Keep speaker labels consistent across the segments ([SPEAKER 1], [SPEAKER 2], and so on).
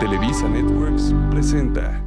[SPEAKER 1] Televisa Networks presenta.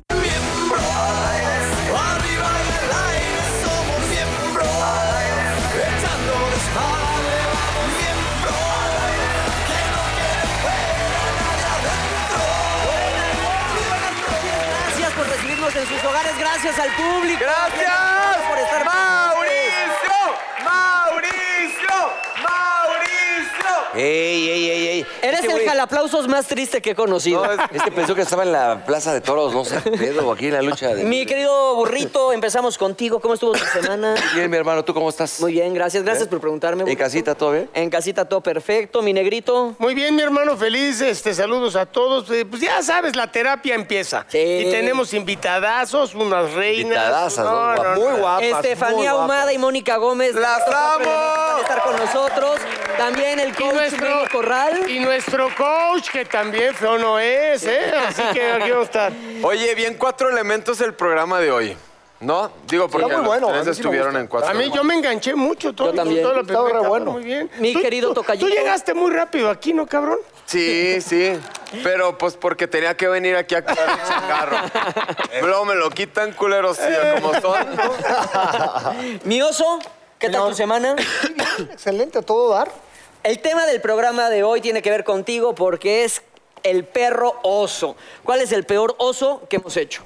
[SPEAKER 2] Gracias por recibirnos en sus hogares, gracias al público.
[SPEAKER 3] ¡Gracias!
[SPEAKER 2] por estar con
[SPEAKER 3] ¡Mauricio! ¡Mauricio! ¡Mauricio!
[SPEAKER 4] ¡Ey, ey, ey, ey!
[SPEAKER 2] Eres
[SPEAKER 4] Este güey-
[SPEAKER 2] el jalaplausos más triste que he conocido.
[SPEAKER 3] No, es-
[SPEAKER 4] Este pensó que estaba en la plaza de toros, no sé, pedo, aquí en la lucha. De...
[SPEAKER 2] Mi querido burrito, empezamos contigo. ¿Cómo estuvo tu semana?
[SPEAKER 4] Bien, mi hermano, ¿tú cómo estás?
[SPEAKER 2] Muy bien, gracias. Gracias por preguntarme.
[SPEAKER 4] ¿En
[SPEAKER 2] burrito.
[SPEAKER 4] casita todo bien?
[SPEAKER 2] En casita todo perfecto, mi negrito.
[SPEAKER 5] Muy bien, mi hermano, feliz. Este, saludos a todos. Eh, Pues ya sabes, la terapia empieza.
[SPEAKER 2] Sí.
[SPEAKER 5] Y tenemos invitadazos, unas reinas.
[SPEAKER 4] Invitadazas, ¿no? Guap-
[SPEAKER 5] Muy guapo.
[SPEAKER 2] Estefania Ahumada y Mónica Gómez.
[SPEAKER 3] ¡Las
[SPEAKER 2] Gracias
[SPEAKER 3] amo!
[SPEAKER 2] por estar con nosotros. También el
[SPEAKER 5] Y
[SPEAKER 2] coach
[SPEAKER 5] nuestro,
[SPEAKER 2] Miguel Corral.
[SPEAKER 5] y nuestro coach, que también feo no es, ¿eh? Así que aquí vamos a estar.
[SPEAKER 3] Oye, bien cuatro elementos el programa de hoy. ¿No? Digo, porque
[SPEAKER 6] muy bueno,
[SPEAKER 3] los
[SPEAKER 6] a mí
[SPEAKER 3] tres
[SPEAKER 6] sí me
[SPEAKER 3] estuvieron
[SPEAKER 6] gusta.
[SPEAKER 3] en cuatro.
[SPEAKER 5] A mí yo me enganché mucho, todo.
[SPEAKER 2] Yo también.
[SPEAKER 5] Todo
[SPEAKER 6] Estaba re bueno.
[SPEAKER 5] Muy bien.
[SPEAKER 2] Mi
[SPEAKER 5] Tú-
[SPEAKER 2] querido
[SPEAKER 5] tú-
[SPEAKER 2] tocayito.
[SPEAKER 5] Tú llegaste muy rápido aquí, ¿no, cabrón?
[SPEAKER 3] Sí, sí. Pero pues porque tenía que venir aquí a actuar el changarro. Luego me lo quitan, culeros, sí, como son. ¿no?
[SPEAKER 2] Mi oso, ¿qué tal tu semana?
[SPEAKER 6] Excelente, a todo dar.
[SPEAKER 2] El tema del programa de hoy tiene que ver contigo porque es el perro oso. ¿Cuál es el peor oso que hemos hecho?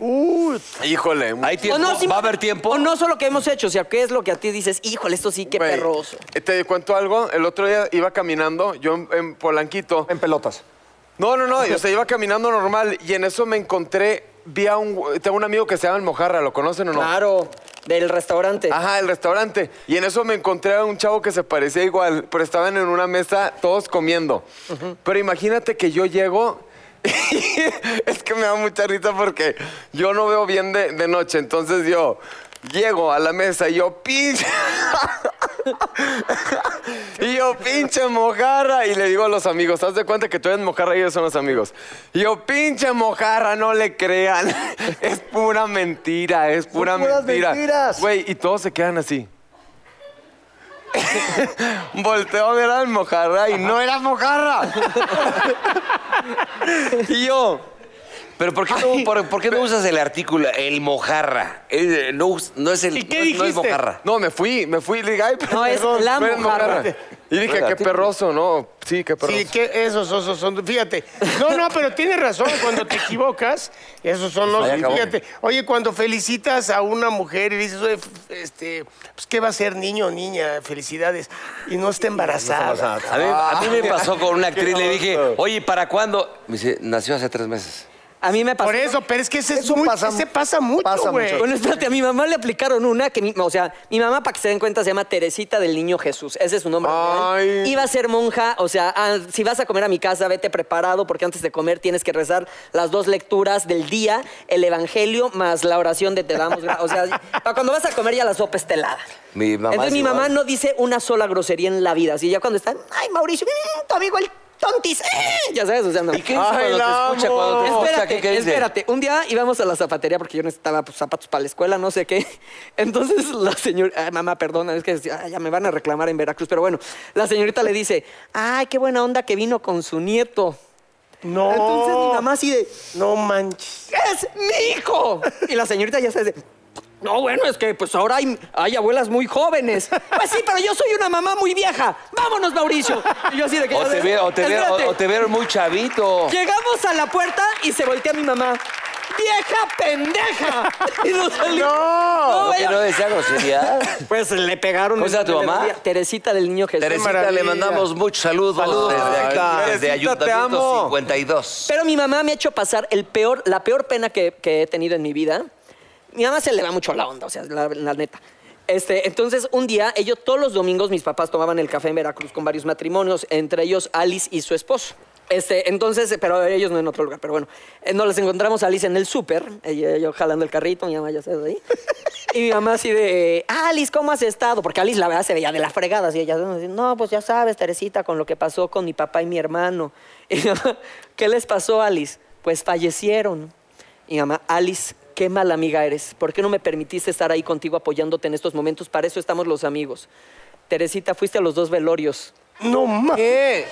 [SPEAKER 3] Híjole.
[SPEAKER 4] ¿Hay tiempo?
[SPEAKER 2] O Pues no, si-
[SPEAKER 4] ¿Va a haber tiempo?
[SPEAKER 2] O no solo que hemos hecho, o sea, qué es lo que a ti dices, híjole, esto sí, qué
[SPEAKER 3] güey, Eh,
[SPEAKER 2] perro oso.
[SPEAKER 3] Te cuento algo. El otro día iba caminando, yo en- en Polanquito,
[SPEAKER 6] En pelotas.
[SPEAKER 3] No, no, no. Yo se iba caminando normal y en eso me encontré. Vi a un. Tengo un amigo que se llama El Mojarra, ¿lo conocen o no?
[SPEAKER 2] Claro, del restaurante.
[SPEAKER 4] Ah.
[SPEAKER 3] Ajá, el restaurante. Y en eso me encontré a un chavo que se parecía igual, pero estaban en una mesa todos comiendo. Pero imagínate que yo llego. es que me da mucha risa porque yo no veo bien de, de noche. Entonces yo llego a la mesa y yo, pinche. y yo, pinche mojarra. Y le digo a los amigos, ¿te de cuenta que tú eres mojarra y ellos son los amigos? Y yo, pinche mojarra, no le crean. es pura mentira, es pura
[SPEAKER 6] puras
[SPEAKER 3] mentira.
[SPEAKER 6] mentiras.
[SPEAKER 3] Güey, y todos se quedan así. Volteo a ver al mojarra y no era mojarra. y yo,
[SPEAKER 4] ¿Pero por qué no, por, por qué no usas el artículo, el mojarra? Eh, no, us- no es el,
[SPEAKER 5] ¿Y qué
[SPEAKER 4] no, es- no es
[SPEAKER 5] dijiste?
[SPEAKER 4] mojarra.
[SPEAKER 3] no, me fui, me fui. Le dije, ay,
[SPEAKER 2] No, es
[SPEAKER 3] perdón,
[SPEAKER 2] la
[SPEAKER 3] no eres
[SPEAKER 2] mojarra.
[SPEAKER 3] Y dije, qué perroso, ¿no? Sí, qué perroso.
[SPEAKER 5] Sí, que esos osos son. Fíjate. No, no, pero tienes razón. Cuando te equivocas, esos son los.
[SPEAKER 4] Ahí acabó.
[SPEAKER 5] Fíjate. Oye, cuando felicitas a una mujer y dices, oye, f- este, pues, ¿qué va a ser niño o niña? Felicidades. Y no está embarazada.
[SPEAKER 4] A, ver, a mí me pasó con una actriz, le dije, oye, ¿para cuándo? Me dice, nació hace tres meses.
[SPEAKER 2] A mí me pasó.
[SPEAKER 5] Por eso, pero es que ese, es
[SPEAKER 6] Eso
[SPEAKER 5] muy-
[SPEAKER 6] pasa-
[SPEAKER 5] ese pasa mucho,
[SPEAKER 6] pasa
[SPEAKER 5] güey.
[SPEAKER 6] mucho.
[SPEAKER 2] Bueno, espérate, a mi mamá le aplicaron una que, mi- o sea, mi mamá, para que se den cuenta, se llama Teresita del Niño Jesús. Ese es su nombre. real.
[SPEAKER 3] Ay.
[SPEAKER 2] Iba a ser monja, o sea, ah, si vas a comer a mi casa, vete preparado, porque antes de comer tienes que rezar las dos lecturas del día, el evangelio más la oración de te damos. gra- O sea, para cuando vas a comer ya la sopa estelada.
[SPEAKER 4] Mi mamá
[SPEAKER 2] Entonces
[SPEAKER 4] es
[SPEAKER 2] mi mamá
[SPEAKER 4] igual.
[SPEAKER 2] no dice una sola grosería en la vida. Así ya cuando están, ay, Mauricio, mm, tu amigo el tontis, eh", ya sabes, o sea, no.
[SPEAKER 4] ¿Y qué dice cuando te
[SPEAKER 3] la
[SPEAKER 4] escucha?
[SPEAKER 3] amo.
[SPEAKER 4] Cuando te escucha,
[SPEAKER 2] Espérate,
[SPEAKER 4] Oh, ¿qué, qué dice?
[SPEAKER 2] espérate. Un día íbamos a la zapatería porque yo necesitaba pues, zapatos para la escuela, no sé qué. Entonces la señora, ay, mamá, perdona, es que ay, ya me van a reclamar en Veracruz, pero bueno, la señorita le dice, ay, qué buena onda que vino con su nieto.
[SPEAKER 5] No.
[SPEAKER 2] Entonces
[SPEAKER 4] Oh.
[SPEAKER 2] mi mamá así de,
[SPEAKER 5] No manches.
[SPEAKER 2] ¡es mi hijo! Y la señorita ya se dice, no, bueno, es que pues ahora hay, hay abuelas muy jóvenes. Pues sí, pero yo soy una mamá muy vieja. ¡Vámonos, Mauricio! Y yo así de que...
[SPEAKER 4] O te, ve- o, te ve-
[SPEAKER 2] Espérate.
[SPEAKER 4] o- o te veo muy chavito.
[SPEAKER 2] Llegamos a la puerta y se voltea mi mamá. ¡Vieja pendeja! Y nos salió.
[SPEAKER 5] No.
[SPEAKER 4] No, que
[SPEAKER 2] vaya.
[SPEAKER 4] no decía grosería.
[SPEAKER 2] Pues le pegaron.
[SPEAKER 4] ¿Cómo se llama tu
[SPEAKER 2] Le
[SPEAKER 4] mamá?
[SPEAKER 2] dolía. Teresita del niño Jesús.
[SPEAKER 4] Teresita, le
[SPEAKER 5] maravilla.
[SPEAKER 4] mandamos muchos saludos,
[SPEAKER 3] Saludos,
[SPEAKER 4] desde, aquí,
[SPEAKER 3] Teresita.
[SPEAKER 4] desde
[SPEAKER 3] Teresita, te
[SPEAKER 4] Ayuntamiento
[SPEAKER 3] amo.
[SPEAKER 4] 52.
[SPEAKER 2] Pero mi mamá me ha hecho pasar el peor, la peor pena que, que he tenido en mi vida. Mi mamá se le va mucho la onda, o sea, la, la neta. Este, entonces, un día, ellos todos los domingos, mis papás tomaban el café en Veracruz con varios matrimonios, entre ellos Alice y su esposo. Este, entonces, pero ellos no en otro lugar, pero bueno. Eh, Nos las encontramos a Alice en el súper, ella- yo jalando el carrito, mi mamá ya se ahí. Y mi mamá así de, "Ah, Alice, ¿cómo has estado? Porque Alice, la verdad, se veía de la fregada. Así, ella, no, pues ya sabes, Teresita, con lo que pasó con mi papá y mi hermano. Y mi mamá, ¿Qué les pasó, Alice? Pues fallecieron. Y mi mamá, Alice, qué mala amiga eres. ¿Por qué no me permitiste estar ahí contigo apoyándote en estos momentos? Para eso estamos los amigos. Teresita, fuiste a los dos velorios.
[SPEAKER 5] No mames.
[SPEAKER 3] ¿Qué?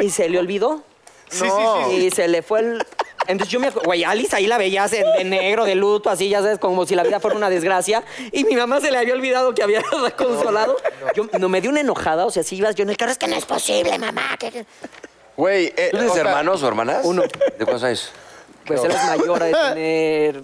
[SPEAKER 2] Y se le olvidó.
[SPEAKER 5] Sí, sí, sí, sí.
[SPEAKER 2] Y se le fue el. Entonces yo me acuerdo, güey, Alice ahí la veías en- de negro, de luto, así, ya sabes, como si la vida fuera una desgracia. Y mi mamá se le había olvidado que había consolado. Yo no, me dio una enojada, o sea, si ibas yo en el carro, es que no es posible, mamá. que- que-".
[SPEAKER 3] Güey, eh,
[SPEAKER 4] ¿Tú tienes
[SPEAKER 3] o sea,
[SPEAKER 4] hermanos o hermanas?
[SPEAKER 2] Uno.
[SPEAKER 4] ¿De cuántos años?
[SPEAKER 2] Pues él es mayor a de tener.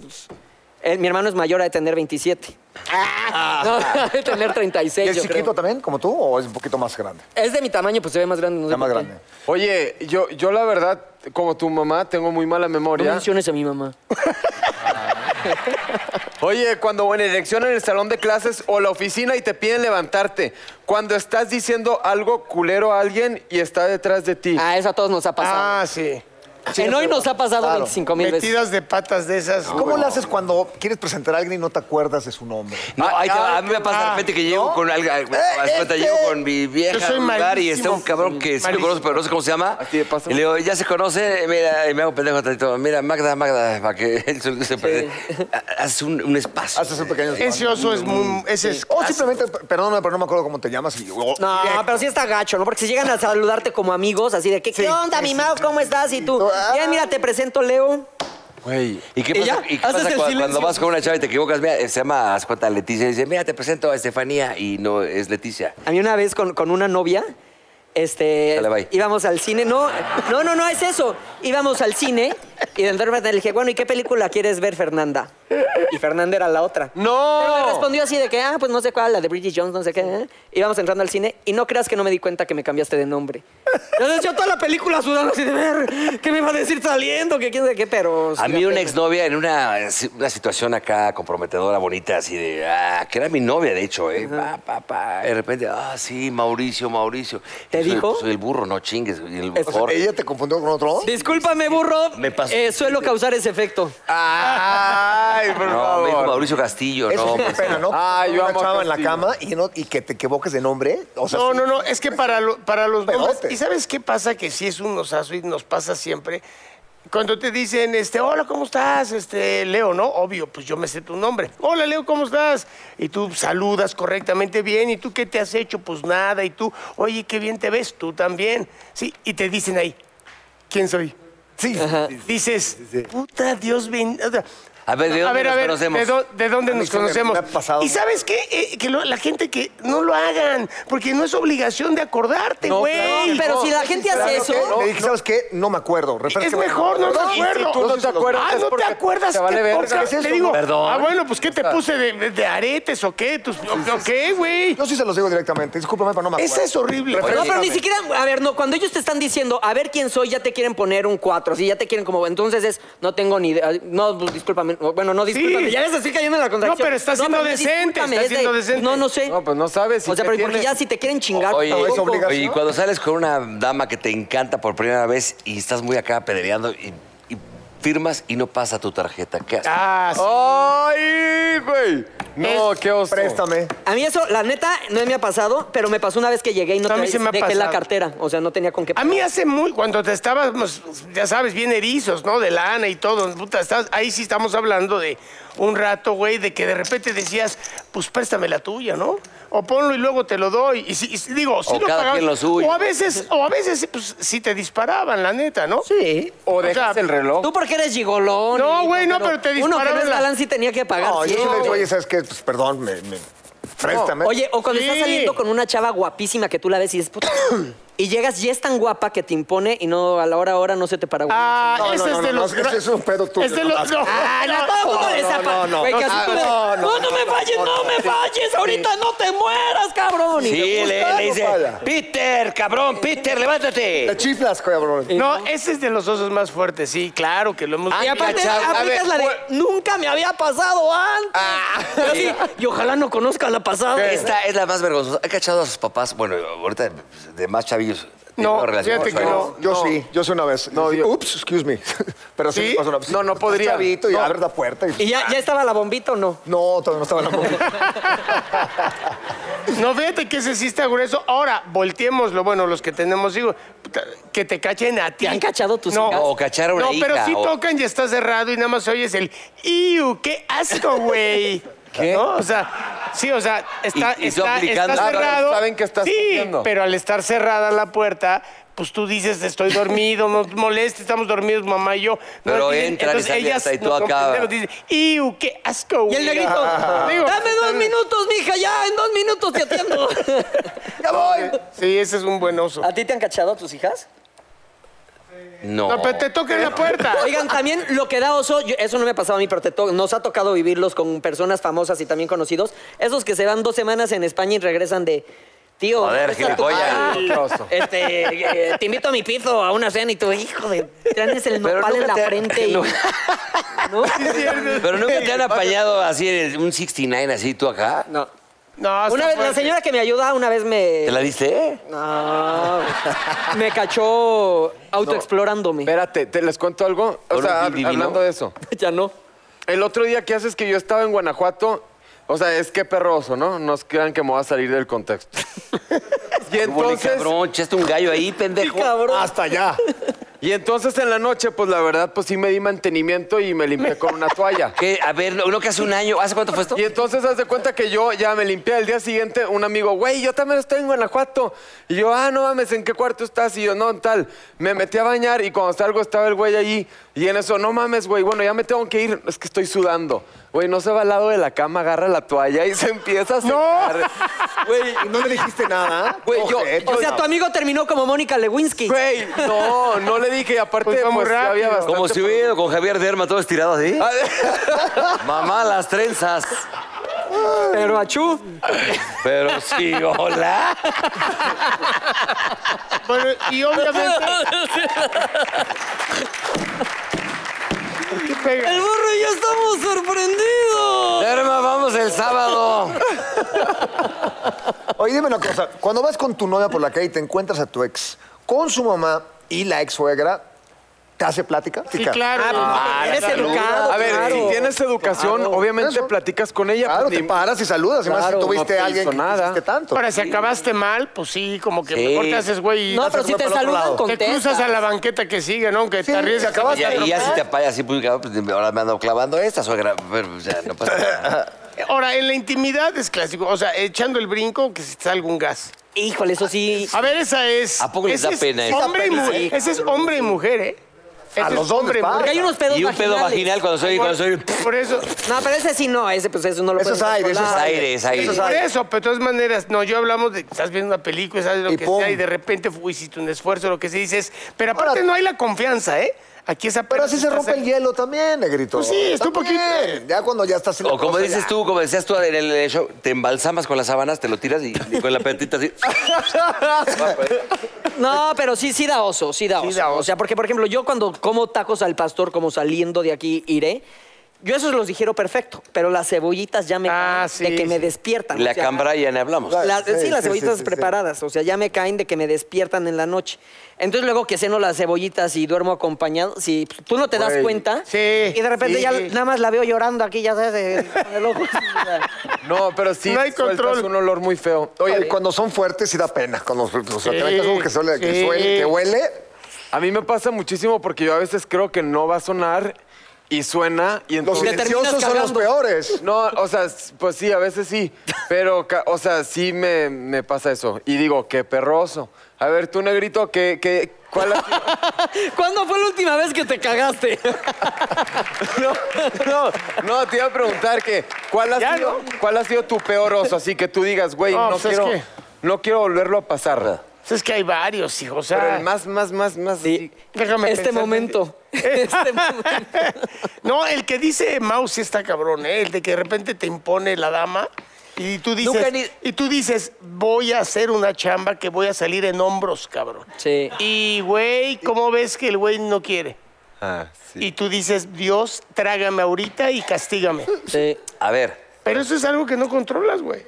[SPEAKER 2] eh, mi hermano es mayor a de tener 27. No, ha de tener
[SPEAKER 6] Ah. ¿Y
[SPEAKER 2] 36.
[SPEAKER 6] es
[SPEAKER 2] yo
[SPEAKER 6] chiquito
[SPEAKER 2] creo.
[SPEAKER 6] también, como tú, o es un poquito más grande?
[SPEAKER 2] Es de mi tamaño, pues se ve más grande. No sé
[SPEAKER 6] Ya más
[SPEAKER 2] por qué.
[SPEAKER 6] grande.
[SPEAKER 3] Oye, yo, yo la verdad, como tu mamá, tengo muy mala
[SPEAKER 2] No
[SPEAKER 3] memoria.
[SPEAKER 2] menciones a mi mamá.
[SPEAKER 3] Oye, cuando en erección en el salón de clases o la oficina y te piden levantarte. Cuando estás diciendo algo culero a alguien y está detrás de ti.
[SPEAKER 2] Ah, eso a todos nos ha pasado.
[SPEAKER 5] Ah, sí.
[SPEAKER 2] en hoy nos ha pasado
[SPEAKER 6] Claro.
[SPEAKER 2] 25 mil veces.
[SPEAKER 5] Metidas de patas de esas.
[SPEAKER 6] ¿Cómo le haces cuando quieres presentar a alguien y no te acuerdas de su nombre?
[SPEAKER 4] No, ahí te va. a mí me pasa de
[SPEAKER 5] ah,
[SPEAKER 4] repente que llego con algo. cuenta, llego con mi
[SPEAKER 5] yo
[SPEAKER 4] vieja
[SPEAKER 5] soy
[SPEAKER 4] al lugar y
[SPEAKER 5] malísimo.
[SPEAKER 4] está un cabrón que sí me
[SPEAKER 5] Malísimo.
[SPEAKER 4] conoce, pero no sé cómo se llama.
[SPEAKER 3] Así de paso.
[SPEAKER 4] Y le digo, ya se conoce, mira, y me hago pendejo tantito. Mira, Magda, Magda, para que él se, se presente. Ha- Haces un, un espacio.
[SPEAKER 6] Haces un pequeño...
[SPEAKER 5] Ese oso es muy. Ese es.
[SPEAKER 6] O simplemente, perdóname, pero no me acuerdo cómo te llamas. Y, o-
[SPEAKER 2] No, pero sí está gacho, ¿no? Porque si llegan a saludarte como amigos, así de, ¿qué, ¿qué onda, mi Mau? ¿Cómo estás? Y tú,
[SPEAKER 6] Ah.
[SPEAKER 2] bien, mira, te presento Leo.
[SPEAKER 3] Güey.
[SPEAKER 4] ¿Y qué
[SPEAKER 2] Y
[SPEAKER 4] pasa,
[SPEAKER 2] ya,
[SPEAKER 4] y qué
[SPEAKER 2] haces
[SPEAKER 4] pasa
[SPEAKER 2] el
[SPEAKER 4] cua- cuando,
[SPEAKER 2] silencio.
[SPEAKER 4] vas con una chava y te equivocas? Mira, se llama haz cuenta, Leticia y dice, mira, te presento a Estefanía y no es Leticia.
[SPEAKER 2] A mí una vez con, con una novia, este,
[SPEAKER 4] Dale, bye.
[SPEAKER 2] íbamos al cine. No, no, no, no, es eso. Íbamos al cine y de repente le dije, bueno, ¿y qué película quieres ver, Fernanda? Y Fernanda era la otra. Pero me
[SPEAKER 3] ¡No!
[SPEAKER 2] respondió así de que, ah, pues no sé cuál, la de Bridget Jones, no sé qué. ¿eh? Íbamos entrando al cine y no creas que no me di cuenta que me cambiaste de nombre. Entonces yo toda la película sudando así de ver, ¿qué me iba a decir saliendo? Que quién sabe qué, pero...
[SPEAKER 4] A mí una exnovia en una, una situación acá comprometedora, bonita, así de, ah, que era mi novia, de hecho, ¿eh? Pa, pa, pa. De repente, ah, sí, Mauricio, Mauricio.
[SPEAKER 2] ¿Te
[SPEAKER 4] Soy-
[SPEAKER 2] dijo?
[SPEAKER 4] Soy el burro, no chingues. soy el
[SPEAKER 2] Es-
[SPEAKER 4] burro.
[SPEAKER 6] ¿Ella te confundió con otro?
[SPEAKER 2] Discúlpame, burro.
[SPEAKER 4] Me pasó.
[SPEAKER 2] Eh, suelo causar ese efecto.
[SPEAKER 3] Ay, por
[SPEAKER 4] no, me dijo
[SPEAKER 3] favor.
[SPEAKER 4] Mauricio Castillo,
[SPEAKER 6] Eso
[SPEAKER 4] no.
[SPEAKER 6] sí me
[SPEAKER 4] pues,
[SPEAKER 6] pena, ¿no?
[SPEAKER 3] Ah, yo
[SPEAKER 6] Una
[SPEAKER 3] amo a
[SPEAKER 6] chava en la
[SPEAKER 3] Castillo.
[SPEAKER 6] cama y, no- y que te equivoques de nombre. O sea,
[SPEAKER 5] No,
[SPEAKER 6] sí.
[SPEAKER 5] no, no, es que para, lo- para los
[SPEAKER 6] Pedote.
[SPEAKER 5] hombres, ¿y sabes qué pasa? Que sí es un osazo y nos pasa siempre. Cuando te dicen, este, hola, ¿cómo estás? Este, Leo, ¿no? Obvio, pues yo me sé tu nombre. Hola, Leo, ¿cómo estás? Y tú saludas correctamente bien. ¿Y tú qué te has hecho? Pues nada. Y tú, oye, qué bien te ves, tú también. Sí, y te dicen ahí, ¿quién soy?
[SPEAKER 6] Sí.
[SPEAKER 5] Dices, puta, Dios ben- o sea,
[SPEAKER 4] A ver, Pues, ¿de dónde nos conocemos?
[SPEAKER 5] ¿de, dó- de dónde
[SPEAKER 6] A mí
[SPEAKER 5] nos
[SPEAKER 6] sí me- me
[SPEAKER 5] conocemos?
[SPEAKER 6] ha pasado.
[SPEAKER 5] Y sabes qué, Eh, que lo- la gente que no lo hagan, porque no es obligación de acordarte,
[SPEAKER 3] No,
[SPEAKER 5] güey.
[SPEAKER 3] claro,
[SPEAKER 2] Pero si la
[SPEAKER 6] Sí,
[SPEAKER 2] gente
[SPEAKER 6] claro
[SPEAKER 2] hace
[SPEAKER 6] que
[SPEAKER 2] eso...
[SPEAKER 6] Le dije, ¿sabes qué? No me acuerdo.
[SPEAKER 5] es
[SPEAKER 6] refrescame".
[SPEAKER 5] mejor, no me
[SPEAKER 3] Y si
[SPEAKER 5] acuerdo.
[SPEAKER 3] tú no te acuerdas,
[SPEAKER 5] Ah,
[SPEAKER 3] es
[SPEAKER 5] no te
[SPEAKER 3] porque
[SPEAKER 5] acuerdas.
[SPEAKER 3] te vale
[SPEAKER 5] qué
[SPEAKER 3] verga.
[SPEAKER 5] poca-
[SPEAKER 3] ¿Qué es
[SPEAKER 5] Te
[SPEAKER 3] eso?
[SPEAKER 5] digo,
[SPEAKER 4] Perdón.
[SPEAKER 5] ah, bueno, pues ¿qué te puse de, de- de aretes o qué? Tus, o- o qué, güey?
[SPEAKER 6] Yo sí se los digo directamente. Discúlpame, pero no me acuerdo.
[SPEAKER 5] Esa es horrible.
[SPEAKER 2] No, pero ni siquiera, a ver, no, cuando ellos te están diciendo, a ver quién soy, ya te quieren poner un 4, así ya te quieren como, entonces es, no tengo ni idea, no, pues, discúlpame, no, bueno, no, discúlpame,
[SPEAKER 5] Sí.
[SPEAKER 2] ya les estoy cayendo en la contracción.
[SPEAKER 5] No, pero estás siendo
[SPEAKER 2] pero
[SPEAKER 5] decente,
[SPEAKER 2] discúlpame,
[SPEAKER 5] estás
[SPEAKER 2] es de,
[SPEAKER 5] siendo decente.
[SPEAKER 2] No, no sé.
[SPEAKER 3] No, pues no sabes.
[SPEAKER 2] o sea, pero
[SPEAKER 3] ¿qué
[SPEAKER 2] porque
[SPEAKER 3] tiene?
[SPEAKER 2] ya si te quieren chingar,
[SPEAKER 4] Oye,
[SPEAKER 6] es
[SPEAKER 2] tampoco-
[SPEAKER 6] obligación.
[SPEAKER 4] oye, y cuando sales con una dama que te encanta por primera vez y estás muy acá pedereando y, y firmas y no pasa tu tarjeta, ¿qué haces?
[SPEAKER 5] Ah, sí.
[SPEAKER 3] ¡Ay, güey! No, qué oso.
[SPEAKER 6] Préstame.
[SPEAKER 2] A mí eso, la neta, no me ha pasado, pero me pasó una vez que llegué y no
[SPEAKER 5] A mí
[SPEAKER 2] te
[SPEAKER 5] sí me ha
[SPEAKER 2] dejé la
[SPEAKER 5] pasado.
[SPEAKER 2] cartera, o sea, no tenía con qué
[SPEAKER 5] A mí hace muy, cuando te estábamos, ya sabes, bien erizos, ¿no? De lana y todo. Puta, estás- ahí sí estamos hablando de un rato, güey, de que de repente decías, pues préstame la tuya, ¿no? O ponlo y luego te lo doy. Y, si, y digo, si
[SPEAKER 4] O cada quien lo suyo.
[SPEAKER 5] O a veces, o a veces, pues sí te disparaban, la neta, ¿no?
[SPEAKER 2] Sí.
[SPEAKER 3] O dejas
[SPEAKER 5] sea,
[SPEAKER 3] el reloj.
[SPEAKER 2] Tú porque eres gigolón.
[SPEAKER 5] No,
[SPEAKER 2] hijo,
[SPEAKER 5] güey, no, pero te
[SPEAKER 2] Uno que no
[SPEAKER 5] dispararon
[SPEAKER 2] es
[SPEAKER 5] la-
[SPEAKER 2] galán sí tenía que pagar.
[SPEAKER 6] No, yo sí
[SPEAKER 2] siempre.
[SPEAKER 6] le digo, oye, ¿sabes qué? Pues perdón, me, me- préstame.
[SPEAKER 2] Oye, o cuando estás
[SPEAKER 5] Sí.
[SPEAKER 2] saliendo con una chava guapísima que tú la ves y dices, puta. y llegas y es tan guapa que te impone y no a la hora hora no se te para. güey.
[SPEAKER 5] Ah,
[SPEAKER 6] No, no,
[SPEAKER 5] ese
[SPEAKER 6] no,
[SPEAKER 5] es de
[SPEAKER 6] no,
[SPEAKER 5] los.
[SPEAKER 6] no, es que ese es un pedo tuyo,
[SPEAKER 5] Es de
[SPEAKER 6] no
[SPEAKER 5] los.
[SPEAKER 6] más.
[SPEAKER 5] No,
[SPEAKER 2] Ah, no, todo el mundo le zapa.
[SPEAKER 6] no, no.
[SPEAKER 2] Güey, que así
[SPEAKER 6] Ah,
[SPEAKER 2] tú le-
[SPEAKER 6] no,
[SPEAKER 2] no,
[SPEAKER 6] no,
[SPEAKER 2] no, me falles, no, me falles. Ahorita no te mueras, cabrón. Y
[SPEAKER 4] Sí,
[SPEAKER 2] te-
[SPEAKER 4] le,
[SPEAKER 6] gusta,
[SPEAKER 4] le
[SPEAKER 6] no
[SPEAKER 4] dice,
[SPEAKER 6] falla.
[SPEAKER 4] Peter, cabrón, Peter,
[SPEAKER 6] Te
[SPEAKER 4] levántate.
[SPEAKER 6] chiflas, cabrón.
[SPEAKER 5] no, ese es de los osos más fuertes, sí, claro que lo hemos.
[SPEAKER 2] y aparte aplicas la de nunca me había pasado antes. Yo sí, y ojalá no conozca la pasada.
[SPEAKER 4] Esta es la más vergonzosa. ¿Ha cachado a sus papás? Bueno, ahorita de más chavillos. tiene
[SPEAKER 5] No,
[SPEAKER 4] una relación
[SPEAKER 5] fíjate
[SPEAKER 4] con
[SPEAKER 5] que
[SPEAKER 4] sus
[SPEAKER 5] no.
[SPEAKER 4] padres.
[SPEAKER 6] Yo sí, yo sí una vez.
[SPEAKER 3] No,
[SPEAKER 6] No,
[SPEAKER 3] yo-
[SPEAKER 6] Ups, excuse me. Pero sí,
[SPEAKER 5] ¿Sí?
[SPEAKER 6] me pasó una vez.
[SPEAKER 3] No, no
[SPEAKER 6] Estás
[SPEAKER 3] podría.
[SPEAKER 6] chavito y
[SPEAKER 3] No.
[SPEAKER 6] abres la puerta y...
[SPEAKER 2] ¿Y ya, ya estaba la bombita o no?
[SPEAKER 6] No, todavía no estaba en la mujer.
[SPEAKER 5] No, fíjate que ese sí está grueso. Ahora, volteemos lo bueno, los que tenemos hijos, puta, que te cachen a ti.
[SPEAKER 2] ¿Te han cachado tus hijas?
[SPEAKER 4] O cachar a una
[SPEAKER 5] No, pero
[SPEAKER 4] hija,
[SPEAKER 5] sí
[SPEAKER 4] o-
[SPEAKER 5] tocan y está cerrado y nada más oyes el ¡Iu! ¡Qué asco, güey! ¿Qué? O sea, Sí, o sea, está,
[SPEAKER 4] Y- y tú
[SPEAKER 5] está- está
[SPEAKER 4] aplicando- Ah,
[SPEAKER 5] cerrado.
[SPEAKER 3] saben que estás
[SPEAKER 5] Sí,
[SPEAKER 3] comiendo.
[SPEAKER 5] pero al estar cerrada la puerta, pues tú dices, estoy dormido, no te molestes, estamos dormidos, mamá y yo. No,
[SPEAKER 4] Pero
[SPEAKER 5] dicen-
[SPEAKER 4] entran y
[SPEAKER 5] entonces
[SPEAKER 4] salen
[SPEAKER 5] ellas
[SPEAKER 4] hasta y tú
[SPEAKER 5] nos
[SPEAKER 4] acá.
[SPEAKER 5] comprendemos, dicen, "Iu, qué asco!
[SPEAKER 2] Y el
[SPEAKER 5] güey".
[SPEAKER 2] negrito,
[SPEAKER 5] Digo,
[SPEAKER 2] dame dos minutos, mija, ya, en dos minutos te atiendo. ya voy.
[SPEAKER 5] Sí, ese es un buen oso.
[SPEAKER 2] ¿A ti te han cachado tus hijas?
[SPEAKER 4] No.
[SPEAKER 5] No, pero te toquen la puerta.
[SPEAKER 2] Oigan, también lo que da oso, yo- eso no me ha pasado a mí, pero te to- nos ha tocado vivirlos con personas famosas y también conocidos. Esos que se van dos semanas en España y regresan de. Tío,
[SPEAKER 4] Joder,
[SPEAKER 2] ¿dónde está tu
[SPEAKER 4] gilipollas.
[SPEAKER 2] padre?
[SPEAKER 3] Qué oso.
[SPEAKER 2] este, eh, te invito a mi piso a una cena y tú, hijo de, traes el
[SPEAKER 4] Pero
[SPEAKER 2] nopal en la
[SPEAKER 4] nunca te-
[SPEAKER 2] frente y,
[SPEAKER 4] nunca-
[SPEAKER 2] ¿no?
[SPEAKER 4] Pero nunca te han apañado así en un 69 así tú acá.
[SPEAKER 2] No.
[SPEAKER 5] No, está
[SPEAKER 2] Una vez, la
[SPEAKER 5] fuerte.
[SPEAKER 2] señora que me ayuda una vez me...
[SPEAKER 4] ¿Te la diste?
[SPEAKER 2] No, me cachó autoexplorándome.
[SPEAKER 3] Espérate, te les cuento algo. O
[SPEAKER 4] ¿Por
[SPEAKER 3] sea,
[SPEAKER 4] un
[SPEAKER 3] hab-
[SPEAKER 4] divino?
[SPEAKER 3] hablando de eso.
[SPEAKER 2] ya no.
[SPEAKER 3] El otro día que haces que yo estaba en Guanajuato, o sea, es que perroso, ¿no? Nos crean que me voy a salir del contexto. y
[SPEAKER 4] Entonces,
[SPEAKER 3] entonces,
[SPEAKER 4] cabrón, echaste un gallo ahí, pendejo.
[SPEAKER 2] Cabrón.
[SPEAKER 6] Hasta allá.
[SPEAKER 3] y entonces en la noche, pues la verdad, pues sí me di mantenimiento y me limpié con una toalla.
[SPEAKER 4] ¿Qué? A ver, no, no que hace un año. ¿Hace cuánto fue esto?
[SPEAKER 3] Y entonces haz de cuenta que yo ya me limpié al día siguiente, un amigo, güey, yo también estoy en Guanajuato. Y yo, ah, no mames, ¿en qué cuarto estás? Y yo, no, en tal. Me metí a bañar y cuando salgo estaba el güey allí. Y en eso, no mames, güey, bueno, ya me tengo que ir, es que estoy sudando. Güey, no se va al lado de la cama, agarra la toalla y se empieza a secar. Güey,
[SPEAKER 6] Y no le dijiste nada.
[SPEAKER 3] Güey, yo-
[SPEAKER 6] Ojete.
[SPEAKER 2] O sea, tu amigo terminó como Mónica Lewinsky.
[SPEAKER 3] güey, no, no le dije. Y aparte,
[SPEAKER 5] Pues
[SPEAKER 3] pues,
[SPEAKER 5] va muy
[SPEAKER 3] ya
[SPEAKER 5] rápido.
[SPEAKER 3] había bastante...
[SPEAKER 4] Como si hubiera ido con Javier Derma todo estirado así. Mamá, las trenzas.
[SPEAKER 2] Pero achú.
[SPEAKER 4] Pero sí, hola.
[SPEAKER 5] Bueno, y obviamente. ¿Qué pega?
[SPEAKER 2] El burro y yo estamos sorprendidos.
[SPEAKER 4] Derma, vamos el sábado.
[SPEAKER 6] Oye, dime una cosa. Cuando vas con tu novia por la calle y te encuentras a tu ex con su mamá y la ex suegra, ¿te hace plática?
[SPEAKER 5] Sí, claro.
[SPEAKER 2] Eres educado.
[SPEAKER 3] A ver,
[SPEAKER 2] claro.
[SPEAKER 3] si tienes educación,
[SPEAKER 6] Claro,
[SPEAKER 3] obviamente
[SPEAKER 6] eso.
[SPEAKER 3] platicas con ella.
[SPEAKER 6] Claro,
[SPEAKER 3] pues,
[SPEAKER 6] te
[SPEAKER 3] ni-
[SPEAKER 6] paras y saludas. y más
[SPEAKER 3] Claro,
[SPEAKER 6] si
[SPEAKER 3] no te
[SPEAKER 6] tuviste a
[SPEAKER 3] hizo
[SPEAKER 6] alguien que
[SPEAKER 3] nada.
[SPEAKER 6] nada. tanto.
[SPEAKER 5] Ahora, si acabaste mal, pues sí, como que
[SPEAKER 4] Sí.
[SPEAKER 5] mejor te haces güey y
[SPEAKER 2] No,
[SPEAKER 6] Ya
[SPEAKER 2] pero
[SPEAKER 6] se
[SPEAKER 2] si
[SPEAKER 6] fue
[SPEAKER 2] te
[SPEAKER 6] para otro
[SPEAKER 2] saludan,
[SPEAKER 6] lado.
[SPEAKER 5] te
[SPEAKER 2] contestas.
[SPEAKER 5] cruzas a la banqueta que sigue, ¿no? Aunque
[SPEAKER 6] Sí,
[SPEAKER 5] te arriesgas.
[SPEAKER 6] se acabaste.
[SPEAKER 4] Y, y ya si te apaya así, pues, cabrón, pues, ahora me ando clavando esta suegra. Pero, o sea, no pasa nada.
[SPEAKER 5] Ahora, en la intimidad es clásico. O sea, echando el brinco, que se te salga un gas.
[SPEAKER 2] Híjole, eso sí.
[SPEAKER 5] A ver, esa es.
[SPEAKER 4] ¿A poco les
[SPEAKER 5] ese
[SPEAKER 4] da
[SPEAKER 5] es
[SPEAKER 4] pena eso?
[SPEAKER 5] Hombre y
[SPEAKER 2] Sí,
[SPEAKER 5] mujer.
[SPEAKER 2] sí.
[SPEAKER 5] Ese es hombre y mujer, ¿eh? Ese es
[SPEAKER 6] los dos
[SPEAKER 5] hombre y
[SPEAKER 6] les pasa.
[SPEAKER 5] mujer.
[SPEAKER 2] Porque hay unos pedos
[SPEAKER 4] Y un pedo
[SPEAKER 2] vaginales.
[SPEAKER 4] vaginal cuando soy, cuando soy.
[SPEAKER 5] Por eso,
[SPEAKER 2] No, pero ese sí no, ese pues eso no lo
[SPEAKER 6] Eso es
[SPEAKER 2] puedes
[SPEAKER 6] aire, eso es
[SPEAKER 2] controlar.
[SPEAKER 4] aire, es aire.
[SPEAKER 6] Eso es
[SPEAKER 5] por
[SPEAKER 6] aire.
[SPEAKER 5] eso, pero de todas maneras, no, yo hablamos de estás viendo una película, sabes lo
[SPEAKER 6] Y
[SPEAKER 5] que
[SPEAKER 6] pum.
[SPEAKER 5] sea, y de repente fu- hiciste un esfuerzo, lo que se dice es. Pero aparte
[SPEAKER 6] Ahora-
[SPEAKER 5] no hay la confianza, ¿eh? Aquí esa
[SPEAKER 6] Pero así se rompe el hielo también, negrito.
[SPEAKER 5] Pues sí, está un
[SPEAKER 6] También.
[SPEAKER 5] poquito-
[SPEAKER 6] Ya cuando ya estás en la
[SPEAKER 4] O como
[SPEAKER 6] cosa,
[SPEAKER 4] dices
[SPEAKER 6] ya.
[SPEAKER 4] tú, como decías tú en el show, te embalsamas con las sábanas, te lo tiras y, y con la petita así.
[SPEAKER 2] No, pero sí, sí da oso, sí da
[SPEAKER 5] Sí
[SPEAKER 2] oso.
[SPEAKER 5] da oso.
[SPEAKER 2] O sea, porque, por ejemplo, yo cuando como tacos al pastor, como saliendo de aquí, iré. Yo esos los digiero perfecto, pero las cebollitas ya me
[SPEAKER 5] Ah,
[SPEAKER 2] caen de
[SPEAKER 5] sí,
[SPEAKER 2] que me
[SPEAKER 5] sí.
[SPEAKER 2] despiertan.
[SPEAKER 4] La
[SPEAKER 2] o sea,
[SPEAKER 4] cambra ya ni hablamos.
[SPEAKER 6] Claro.
[SPEAKER 2] la- sí,
[SPEAKER 6] Sí,
[SPEAKER 2] las
[SPEAKER 6] sí,
[SPEAKER 2] cebollitas
[SPEAKER 6] sí, sí,
[SPEAKER 2] preparadas, o sea, ya me caen de que me despiertan en la noche. Entonces luego que ceno las cebollitas y duermo acompañado, si tú no te das
[SPEAKER 3] Güey.
[SPEAKER 2] cuenta,
[SPEAKER 5] Sí,
[SPEAKER 2] y de repente
[SPEAKER 5] sí.
[SPEAKER 2] ya nada más la veo llorando aquí, ya sabes, eh, con el ojo.
[SPEAKER 3] No, pero sí
[SPEAKER 5] No hay
[SPEAKER 3] sueltas
[SPEAKER 5] control.
[SPEAKER 3] un olor muy feo. Oye,
[SPEAKER 6] Oye, cuando son fuertes sí da pena. Cuando o
[SPEAKER 5] Sí,
[SPEAKER 6] sea, te metes algo que, suele- que
[SPEAKER 5] sí.
[SPEAKER 6] suele- que huele.
[SPEAKER 3] A mí me pasa muchísimo porque yo a veces creo que no va a sonar y suena y
[SPEAKER 6] Los
[SPEAKER 3] entonces...
[SPEAKER 2] terminas
[SPEAKER 6] silenciosos son los
[SPEAKER 2] cagando.
[SPEAKER 6] peores.
[SPEAKER 3] No, o sea, s- pues sí, a veces sí, pero, ca- o sea, sí me, me pasa eso. Y digo, qué perroso. A ver, tú, negrito, ¿qué, qué, cuál ha sido?
[SPEAKER 2] ¿Cuándo fue la última vez que te cagaste?
[SPEAKER 3] No, no, te iba a preguntar que, ¿cuál ha,
[SPEAKER 5] Ya,
[SPEAKER 3] sido,
[SPEAKER 5] ¿no?
[SPEAKER 3] cuál ha sido tu peor oso? Así que tú digas, güey,
[SPEAKER 5] No,
[SPEAKER 3] no,
[SPEAKER 5] pues es
[SPEAKER 3] quiero,
[SPEAKER 5] que-
[SPEAKER 3] no quiero volverlo a pasar.
[SPEAKER 5] Pues Es que hay varios, hijo. O sea,
[SPEAKER 3] Pero el más, más, más, más...
[SPEAKER 2] Sí.
[SPEAKER 5] Déjame
[SPEAKER 2] este
[SPEAKER 5] pensar.
[SPEAKER 2] momento. Este momento.
[SPEAKER 5] no, el que dice Mau sí está cabrón, ¿eh? El de que de repente te impone la dama y tú
[SPEAKER 4] Nunca
[SPEAKER 5] dices,
[SPEAKER 4] ni-
[SPEAKER 5] y tú dices voy a hacer una chamba que voy a salir en hombros, cabrón.
[SPEAKER 2] Sí.
[SPEAKER 5] Y, güey, ¿cómo ves que el güey no quiere?
[SPEAKER 3] Ah, sí.
[SPEAKER 5] Y tú dices, Dios, trágame ahorita y castígame.
[SPEAKER 2] Sí.
[SPEAKER 4] A ver.
[SPEAKER 5] Pero eso es algo que no controlas, güey.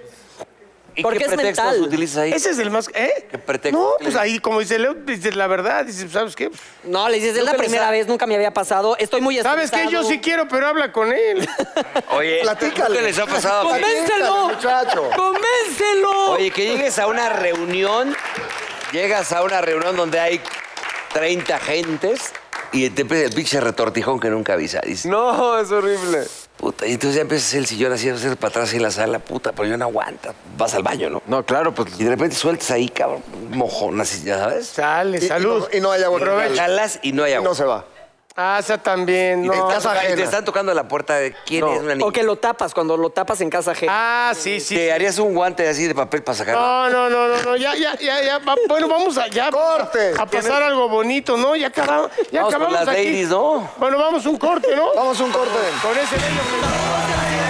[SPEAKER 4] ¿Y
[SPEAKER 2] Porque
[SPEAKER 4] qué
[SPEAKER 2] es
[SPEAKER 4] pretextos
[SPEAKER 2] mental.
[SPEAKER 4] utilizas ahí?
[SPEAKER 5] Ese es el más... ¿Eh?
[SPEAKER 4] ¿Qué pretexto
[SPEAKER 5] No,
[SPEAKER 4] tienes?
[SPEAKER 5] pues ahí, como dice Leo, dices la verdad. Dices, ¿sabes qué?
[SPEAKER 2] No, le dices, es la
[SPEAKER 4] Nunca les
[SPEAKER 2] primera
[SPEAKER 4] ha-
[SPEAKER 2] vez, nunca me había pasado. Estoy muy
[SPEAKER 5] ¿Sabes qué? Yo
[SPEAKER 2] estresado.
[SPEAKER 5] sí quiero, pero habla con él.
[SPEAKER 4] Oye,
[SPEAKER 6] Platícale.
[SPEAKER 4] ¿qué les ha pasado?
[SPEAKER 2] ¡Convéncelo!
[SPEAKER 6] Muchacho.
[SPEAKER 2] ¡Convéncelo!
[SPEAKER 4] Oye, que llegues a una reunión, llegas a una reunión donde hay 30 gentes y te empieza el pinche retortijón que nunca avisa. Dices,
[SPEAKER 3] No, es horrible.
[SPEAKER 4] Puta, y entonces ya empiezas el sillón así a hacer para atrás en la sala, puta, pero yo no aguanta. Vas al baño, ¿no?
[SPEAKER 3] No, claro, pues.
[SPEAKER 4] Y de repente sueltas ahí, cabrón, mojón, así, ya sabes.
[SPEAKER 5] Sale,
[SPEAKER 6] Y- y
[SPEAKER 5] salud.
[SPEAKER 6] no- Y no, hay agua.
[SPEAKER 5] Aprovecha.
[SPEAKER 4] Jalas y no hay
[SPEAKER 6] Y
[SPEAKER 4] agua.
[SPEAKER 6] no se va.
[SPEAKER 5] Ah, esa también, no.
[SPEAKER 6] estás
[SPEAKER 4] Ah, y
[SPEAKER 6] ajena.
[SPEAKER 4] te están tocando a la puerta de quién es una niña.
[SPEAKER 2] O que lo tapas, cuando lo tapas en casa G.
[SPEAKER 5] Ah, sí, sí.
[SPEAKER 4] Te harías un guante así de papel para sacar.
[SPEAKER 5] No, no, no, no, no, ya, ya, ya, ya. va- Bueno, vamos a, ya,
[SPEAKER 6] Corte.
[SPEAKER 5] a pasar algo bonito, ¿no? Ya acabamos, ya
[SPEAKER 4] Vamos con
[SPEAKER 5] acabamos
[SPEAKER 4] las
[SPEAKER 5] aquí.
[SPEAKER 4] ladies, ¿no?
[SPEAKER 5] Bueno, vamos un corte, ¿no?
[SPEAKER 6] Vamos a un corte.
[SPEAKER 5] Con ese bello.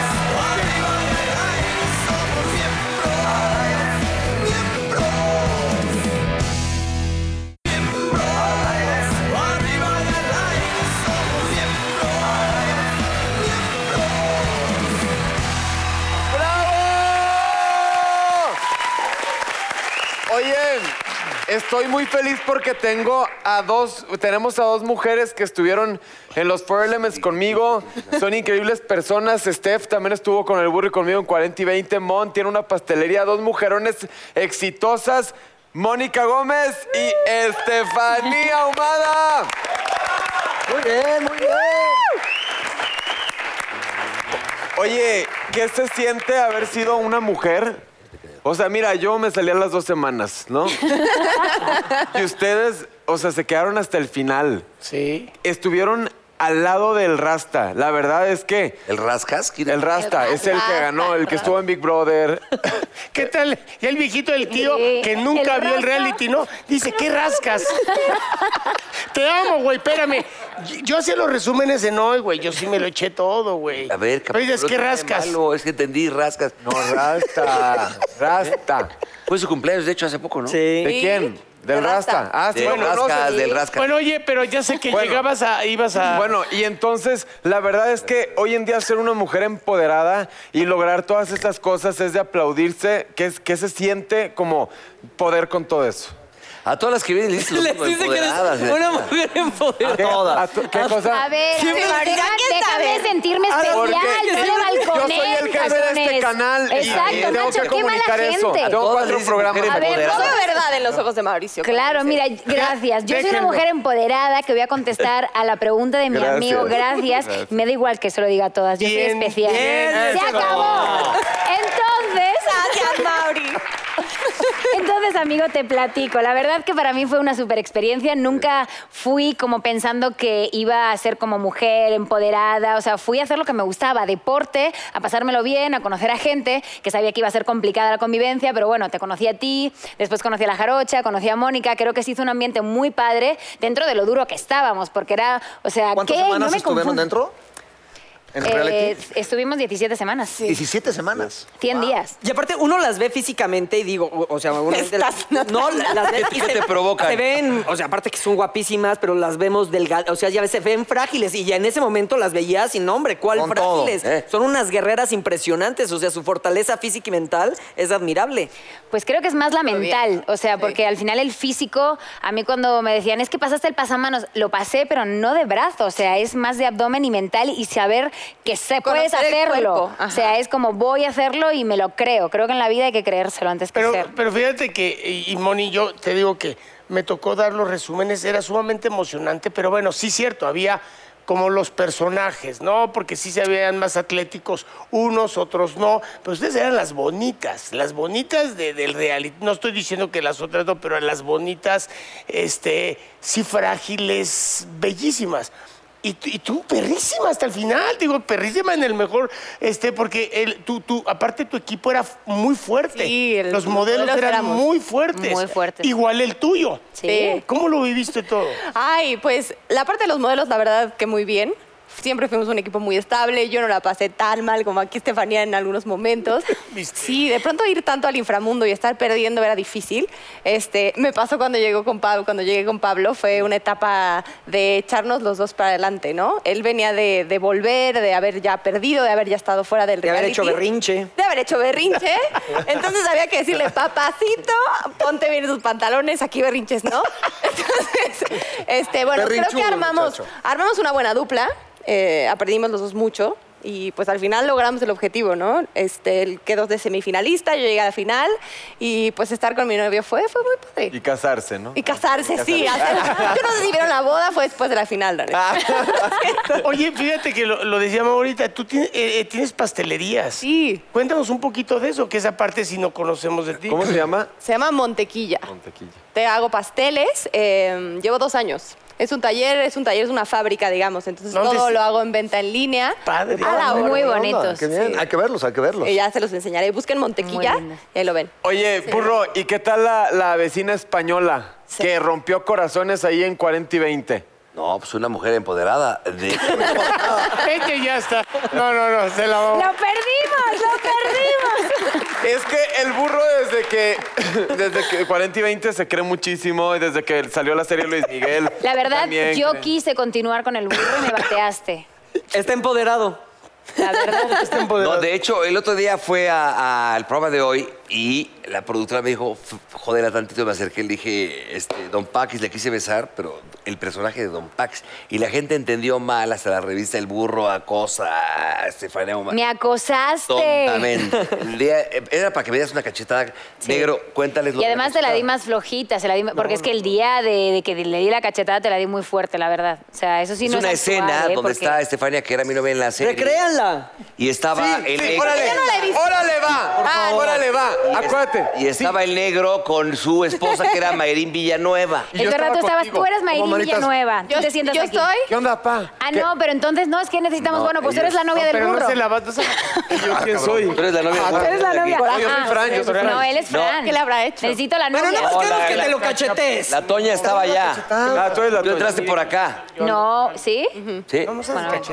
[SPEAKER 3] Oye, estoy muy feliz porque tengo a dos, tenemos a dos mujeres que estuvieron en los Four Elements conmigo. Son increíbles personas. Steph también estuvo con el burro y conmigo en 40 y 20. Mon tiene una pastelería, dos mujerones exitosas. Mónica Gómez y Estefanía Humada.
[SPEAKER 6] Muy bien, muy bien.
[SPEAKER 3] Oye, ¿qué se siente haber sido una mujer? O sea, mira, yo me salí a las dos semanas, ¿no? y ustedes, o sea, se quedaron hasta el final.
[SPEAKER 5] Sí.
[SPEAKER 3] Estuvieron al lado del Rasta. La verdad es que
[SPEAKER 4] ¿El rascas? ¿Quién-
[SPEAKER 3] el Rasta
[SPEAKER 7] El
[SPEAKER 3] es el que
[SPEAKER 7] Rasta,
[SPEAKER 3] ganó, el que estuvo en Big Brother.
[SPEAKER 5] ¿Qué tal? Y el viejito del tío
[SPEAKER 7] Sí.
[SPEAKER 5] que nunca
[SPEAKER 7] El
[SPEAKER 5] vio el
[SPEAKER 7] rasca.
[SPEAKER 5] reality, ¿no? Dice, ¿qué rascas? Te amo, güey, espérame. Yo hacía los resúmenes en hoy, güey. Yo sí me lo eché todo, güey.
[SPEAKER 4] A ver,
[SPEAKER 5] Pero dices,
[SPEAKER 4] cabrón,
[SPEAKER 5] ¿qué
[SPEAKER 4] tiene
[SPEAKER 5] rascas?
[SPEAKER 4] malo, es que entendí, rascas.
[SPEAKER 3] No, Rasta. Rasta.
[SPEAKER 4] Fue su cumpleaños, de hecho, hace poco, ¿no?
[SPEAKER 2] Sí.
[SPEAKER 3] ¿De quién? Del
[SPEAKER 7] Del
[SPEAKER 3] Rasta.
[SPEAKER 7] Rasta.
[SPEAKER 3] Ah, sí,
[SPEAKER 4] Del
[SPEAKER 3] bueno, no,
[SPEAKER 4] rascas,
[SPEAKER 3] sí.
[SPEAKER 4] del rascas.
[SPEAKER 5] Bueno, oye, pero ya sé que
[SPEAKER 3] Bueno.
[SPEAKER 5] llegabas a, ibas a...
[SPEAKER 3] Bueno, y entonces, la verdad es que hoy en día ser una mujer empoderada y lograr todas estas cosas es de aplaudirse. ¿Qué, es- qué se siente como poder con todo eso?
[SPEAKER 4] A todas las que vienen les
[SPEAKER 2] Les dice que eres una mujer empoderada.
[SPEAKER 3] ¿Qué, a tu- Ah, ¿Qué Ah, cosas?
[SPEAKER 7] A ver, a
[SPEAKER 2] Siempre
[SPEAKER 7] ver,
[SPEAKER 2] tendrá
[SPEAKER 7] déjame,
[SPEAKER 2] que
[SPEAKER 7] déjame
[SPEAKER 2] saber.
[SPEAKER 7] sentirme
[SPEAKER 2] A ver,
[SPEAKER 7] especial,
[SPEAKER 2] porque
[SPEAKER 7] no le
[SPEAKER 2] yo soy
[SPEAKER 7] balconen,
[SPEAKER 3] el jefe de este
[SPEAKER 7] cabrones.
[SPEAKER 3] canal y-
[SPEAKER 7] Exacto,
[SPEAKER 3] y tengo
[SPEAKER 7] Nacho,
[SPEAKER 3] que
[SPEAKER 7] qué mala
[SPEAKER 3] comunicar eso.
[SPEAKER 7] gente.
[SPEAKER 3] Tengo
[SPEAKER 4] Todas
[SPEAKER 3] cuatro
[SPEAKER 4] dicen
[SPEAKER 3] programas.
[SPEAKER 4] mujeres
[SPEAKER 7] A ver,
[SPEAKER 4] empoderadas.
[SPEAKER 7] no
[SPEAKER 8] Todo verdad en los ojos de Mauricio.
[SPEAKER 7] Claro, mira, gracias. Yo soy una
[SPEAKER 5] Déjenlo.
[SPEAKER 7] mujer empoderada que voy a contestar a la pregunta de mi
[SPEAKER 3] Gracias.
[SPEAKER 7] amigo, gracias. Me da igual que se lo diga a todas, yo soy
[SPEAKER 5] Bien,
[SPEAKER 7] especial.
[SPEAKER 5] bien,
[SPEAKER 7] ¡Se
[SPEAKER 5] eso.
[SPEAKER 7] acabó! Entonces,
[SPEAKER 8] Gracias, Mauri.
[SPEAKER 7] Entonces, amigo, te platico. La verdad que para mí fue una super experiencia. Nunca fui como pensando que iba a ser como mujer empoderada. O sea, fui a hacer lo que me gustaba, deporte, a pasármelo bien, a conocer a gente, que sabía que iba a ser complicada la convivencia, pero bueno, te conocí a ti, después conocí a la Jarocha, conocí a Mónica. Creo que se hizo un ambiente muy padre dentro de lo duro que estábamos, porque era, o sea,
[SPEAKER 6] ¿Cuántas
[SPEAKER 7] ¿qué? No
[SPEAKER 6] semanas
[SPEAKER 7] me
[SPEAKER 6] estuvieron
[SPEAKER 7] confundo.
[SPEAKER 6] dentro? ¿En el
[SPEAKER 7] Eh,
[SPEAKER 6] reality?
[SPEAKER 7] estuvimos 17 semanas.
[SPEAKER 6] 17 semanas.
[SPEAKER 7] 100 días.
[SPEAKER 2] Y aparte, uno las ve físicamente y digo, o, o sea, uno
[SPEAKER 8] Estás
[SPEAKER 2] no, las ve y
[SPEAKER 4] ¿Qué
[SPEAKER 2] se-
[SPEAKER 4] te provocan?
[SPEAKER 2] Se ven, o sea, aparte que son guapísimas, pero las vemos delgadas, o sea, ya ves, se ven frágiles y ya en ese momento las veías sin nombre, ¿cuál
[SPEAKER 6] Con todo,
[SPEAKER 2] frágiles?
[SPEAKER 4] ¿eh?
[SPEAKER 2] Son unas guerreras impresionantes, o sea, su fortaleza física y mental es admirable.
[SPEAKER 7] Pues creo que es más la
[SPEAKER 8] Muy bien.
[SPEAKER 7] mental, o sea,
[SPEAKER 8] Sí.
[SPEAKER 7] porque al final el físico, a mí cuando me decían, es que pasaste el pasamanos, lo pasé, pero no de brazo, o sea, es más de abdomen y mental y saber que se puedes
[SPEAKER 8] Conocer el
[SPEAKER 7] hacerlo.
[SPEAKER 8] cuerpo, ajá.
[SPEAKER 7] O sea, es como voy a hacerlo y me lo creo. Creo que en la vida hay que creérselo antes que
[SPEAKER 5] Pero,
[SPEAKER 7] ser.
[SPEAKER 5] pero fíjate que, y, y, Moni, yo te digo que me tocó dar los resúmenes, era sumamente emocionante, pero bueno, sí cierto, había como los personajes, ¿no? Porque sí se habían más atléticos unos, otros no, pero ustedes eran las bonitas, las bonitas de- del reality. No estoy diciendo que las otras no, pero las bonitas, este, sí frágiles, bellísimas. Y, tú- y tú, perrísima hasta el final, digo, perrísima en el mejor, este, porque el, tú, tú, aparte tu equipo era f- muy fuerte.
[SPEAKER 8] Sí, el-
[SPEAKER 5] los modelos
[SPEAKER 8] los
[SPEAKER 5] eran
[SPEAKER 8] éramos
[SPEAKER 5] muy fuertes.
[SPEAKER 7] muy fuertes.
[SPEAKER 5] Igual el tuyo.
[SPEAKER 7] Sí.
[SPEAKER 8] eh,
[SPEAKER 5] ¿Cómo lo viviste todo?
[SPEAKER 8] Ay, pues la parte de los modelos, la verdad que muy bien. Siempre fuimos un equipo muy estable. Yo no la pasé tan mal como aquí Estefanía en algunos momentos.
[SPEAKER 5] ¿Viste?
[SPEAKER 8] Sí, de pronto ir tanto al inframundo y estar perdiendo era difícil. Este, me pasó cuando llegó con Pablo, cuando llegué con Pablo fue una etapa de echarnos los dos para adelante, ¿no? Él venía de, de volver, de haber ya perdido, de haber ya estado fuera del
[SPEAKER 2] De haber
[SPEAKER 8] reality.
[SPEAKER 2] hecho berrinche.
[SPEAKER 8] De haber hecho berrinche. Entonces había que decirle, papacito, ponte bien tus pantalones, aquí berrinches, ¿no? Entonces, este, bueno, creo que
[SPEAKER 6] Berrinchudo,
[SPEAKER 8] armamos,
[SPEAKER 6] muchacho.
[SPEAKER 8] armamos una buena dupla. eh, aprendimos los dos mucho. Y pues al final logramos el objetivo, ¿no? Este, él quedó de semifinalista, yo llegué a la final y pues estar con mi novio fue, fue muy padre.
[SPEAKER 3] Y casarse, ¿no?
[SPEAKER 8] Y casarse, sí. hacer- Yo no sé si vieron la boda, fue después de la final, la neta.
[SPEAKER 5] Oye, fíjate que lo, lo decíamos ahorita, tú tienes, eh, eh, tienes pastelerías.
[SPEAKER 8] Sí.
[SPEAKER 5] Cuéntanos un poquito de eso, que esa parte si no conocemos de ti.
[SPEAKER 3] ¿Cómo se llama?
[SPEAKER 8] Se llama Montequilla.
[SPEAKER 3] Montequilla.
[SPEAKER 8] Te hago pasteles, eh, llevo dos años. Es un taller, es un taller, es una fábrica, digamos. Entonces
[SPEAKER 5] ¿Dónde
[SPEAKER 8] todo
[SPEAKER 5] es?
[SPEAKER 8] lo hago en venta en línea.
[SPEAKER 5] Padre.
[SPEAKER 8] A la hora.
[SPEAKER 7] Ah, Muy
[SPEAKER 6] Qué onda,
[SPEAKER 7] bonitos.
[SPEAKER 6] Ah, qué bien.
[SPEAKER 8] sí.
[SPEAKER 6] Hay que verlos, hay que verlos.
[SPEAKER 8] Y ya se los enseñaré. Busquen Montequilla
[SPEAKER 7] Muy lindo.
[SPEAKER 8] y ahí lo ven.
[SPEAKER 3] Oye, Purro, ¿y qué tal la, la vecina española
[SPEAKER 8] Sí.
[SPEAKER 3] que rompió corazones ahí en 40 y 20?
[SPEAKER 4] No, pues una mujer empoderada. De...
[SPEAKER 5] Este ya está. No, no, no, se la
[SPEAKER 7] ¡Lo
[SPEAKER 5] vamos.
[SPEAKER 7] perdimos! ¡Lo perdimos!
[SPEAKER 3] Es que el burro desde que desde que 40 y 20 se cree muchísimo y desde que salió la serie Luis Miguel.
[SPEAKER 7] La verdad,
[SPEAKER 3] también
[SPEAKER 7] yo
[SPEAKER 3] cree.
[SPEAKER 7] quise continuar con el burro y me bateaste.
[SPEAKER 2] Está empoderado.
[SPEAKER 7] La
[SPEAKER 2] Este,
[SPEAKER 7] verdad.
[SPEAKER 4] No, de hecho, el otro día fue a- a- al programa de hoy y la productora me dijo, "F- jódela tantito, me acerqué y le dije, este, Don Pax, le quise besar, pero el personaje de Don Pax. Y la gente entendió mal hasta la revista El Burro, Acosa, a Estefanía Guzmán.
[SPEAKER 7] Me acosaste.
[SPEAKER 4] Tontamente. El día- eh, Era para que me dieras una cachetada. Negro, cuéntales lo
[SPEAKER 7] Y
[SPEAKER 4] de
[SPEAKER 7] además te la di
[SPEAKER 4] cachetada.
[SPEAKER 7] más flojita, se la di, porque es que el día de, de que le di la cachetada te la di muy fuerte, la verdad. O sea, eso sí
[SPEAKER 4] Es
[SPEAKER 7] no
[SPEAKER 4] una
[SPEAKER 7] es actuar,
[SPEAKER 4] escena donde
[SPEAKER 7] ¿eh? Porque-
[SPEAKER 4] está Estefania, que era mi novia en la serie.
[SPEAKER 2] Recréanla.
[SPEAKER 4] Y estaba el
[SPEAKER 3] Sí,
[SPEAKER 4] negro.
[SPEAKER 3] órale,
[SPEAKER 8] Yo no la he visto.
[SPEAKER 3] órale va, órale va, acuérdate.
[SPEAKER 4] Y estaba el negro con su esposa, que era Mayrín Villanueva.
[SPEAKER 7] En todo el rato estabas, tú eres Mayrín
[SPEAKER 6] manitas.
[SPEAKER 7] Villanueva. Tú
[SPEAKER 8] Yo,
[SPEAKER 7] te sientas
[SPEAKER 8] yo
[SPEAKER 7] aquí.
[SPEAKER 8] estoy.
[SPEAKER 3] ¿Qué onda, pa?
[SPEAKER 7] Ah, no, pero entonces no, es que necesitamos.
[SPEAKER 4] No,
[SPEAKER 7] bueno, pues tú eres la novia del
[SPEAKER 5] Pero
[SPEAKER 7] burro.
[SPEAKER 5] no se la vas a...
[SPEAKER 3] ¿Yo quién soy?
[SPEAKER 4] Tú eres la
[SPEAKER 3] Ah,
[SPEAKER 4] novia.
[SPEAKER 7] Tú eres la novia.
[SPEAKER 3] yo soy
[SPEAKER 7] Ah,
[SPEAKER 3] Fran, yo soy Fran.
[SPEAKER 7] No, él es
[SPEAKER 4] No.
[SPEAKER 7] Fran.
[SPEAKER 8] ¿Qué le habrá hecho?
[SPEAKER 7] Necesito la novia.
[SPEAKER 2] Pero no más
[SPEAKER 3] pues,
[SPEAKER 4] Hola,
[SPEAKER 2] queremos que
[SPEAKER 4] la-
[SPEAKER 2] te lo cachetees.
[SPEAKER 4] La Toña estaba allá.
[SPEAKER 3] Ah, tú eres la
[SPEAKER 4] Tú entraste por acá.
[SPEAKER 7] No, ¿sí?
[SPEAKER 4] Sí.
[SPEAKER 7] Bueno,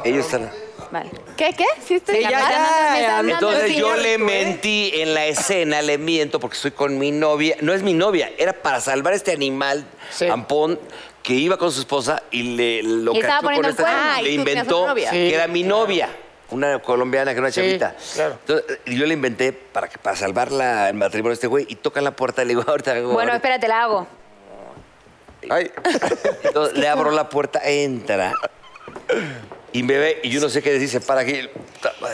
[SPEAKER 4] Ellos están.
[SPEAKER 7] vale.
[SPEAKER 8] ¿Qué, qué? Sí, estoy
[SPEAKER 2] Sí, ya,
[SPEAKER 8] llamada.
[SPEAKER 2] ya,
[SPEAKER 8] Me están
[SPEAKER 2] ya,
[SPEAKER 8] dando ¿eh?
[SPEAKER 4] Entonces yo
[SPEAKER 8] señal.
[SPEAKER 4] le mentí en la escena, le miento porque estoy con mi novia. No es mi novia, era para salvar a este animal ampón que iba con su esposa y le lo
[SPEAKER 7] Y estaba
[SPEAKER 4] cachó con
[SPEAKER 7] poniendo el
[SPEAKER 4] esta-
[SPEAKER 7] cuerno.
[SPEAKER 8] Ay,
[SPEAKER 4] le
[SPEAKER 8] tú tenías
[SPEAKER 4] inventó
[SPEAKER 8] una novia.
[SPEAKER 4] que era mi novia. Una colombiana que era una chavita.
[SPEAKER 5] claro.
[SPEAKER 4] Entonces, y yo le inventé para, que- para salvar la- el matrimonio de este güey y toca la puerta. Le digo, ahorita. hago-
[SPEAKER 7] Bueno,
[SPEAKER 4] ahorita".
[SPEAKER 7] espérate, la hago.
[SPEAKER 3] Ay,
[SPEAKER 4] Entonces, le abro la puerta, entra y me ve. Y yo no sé qué decir, se para aquí.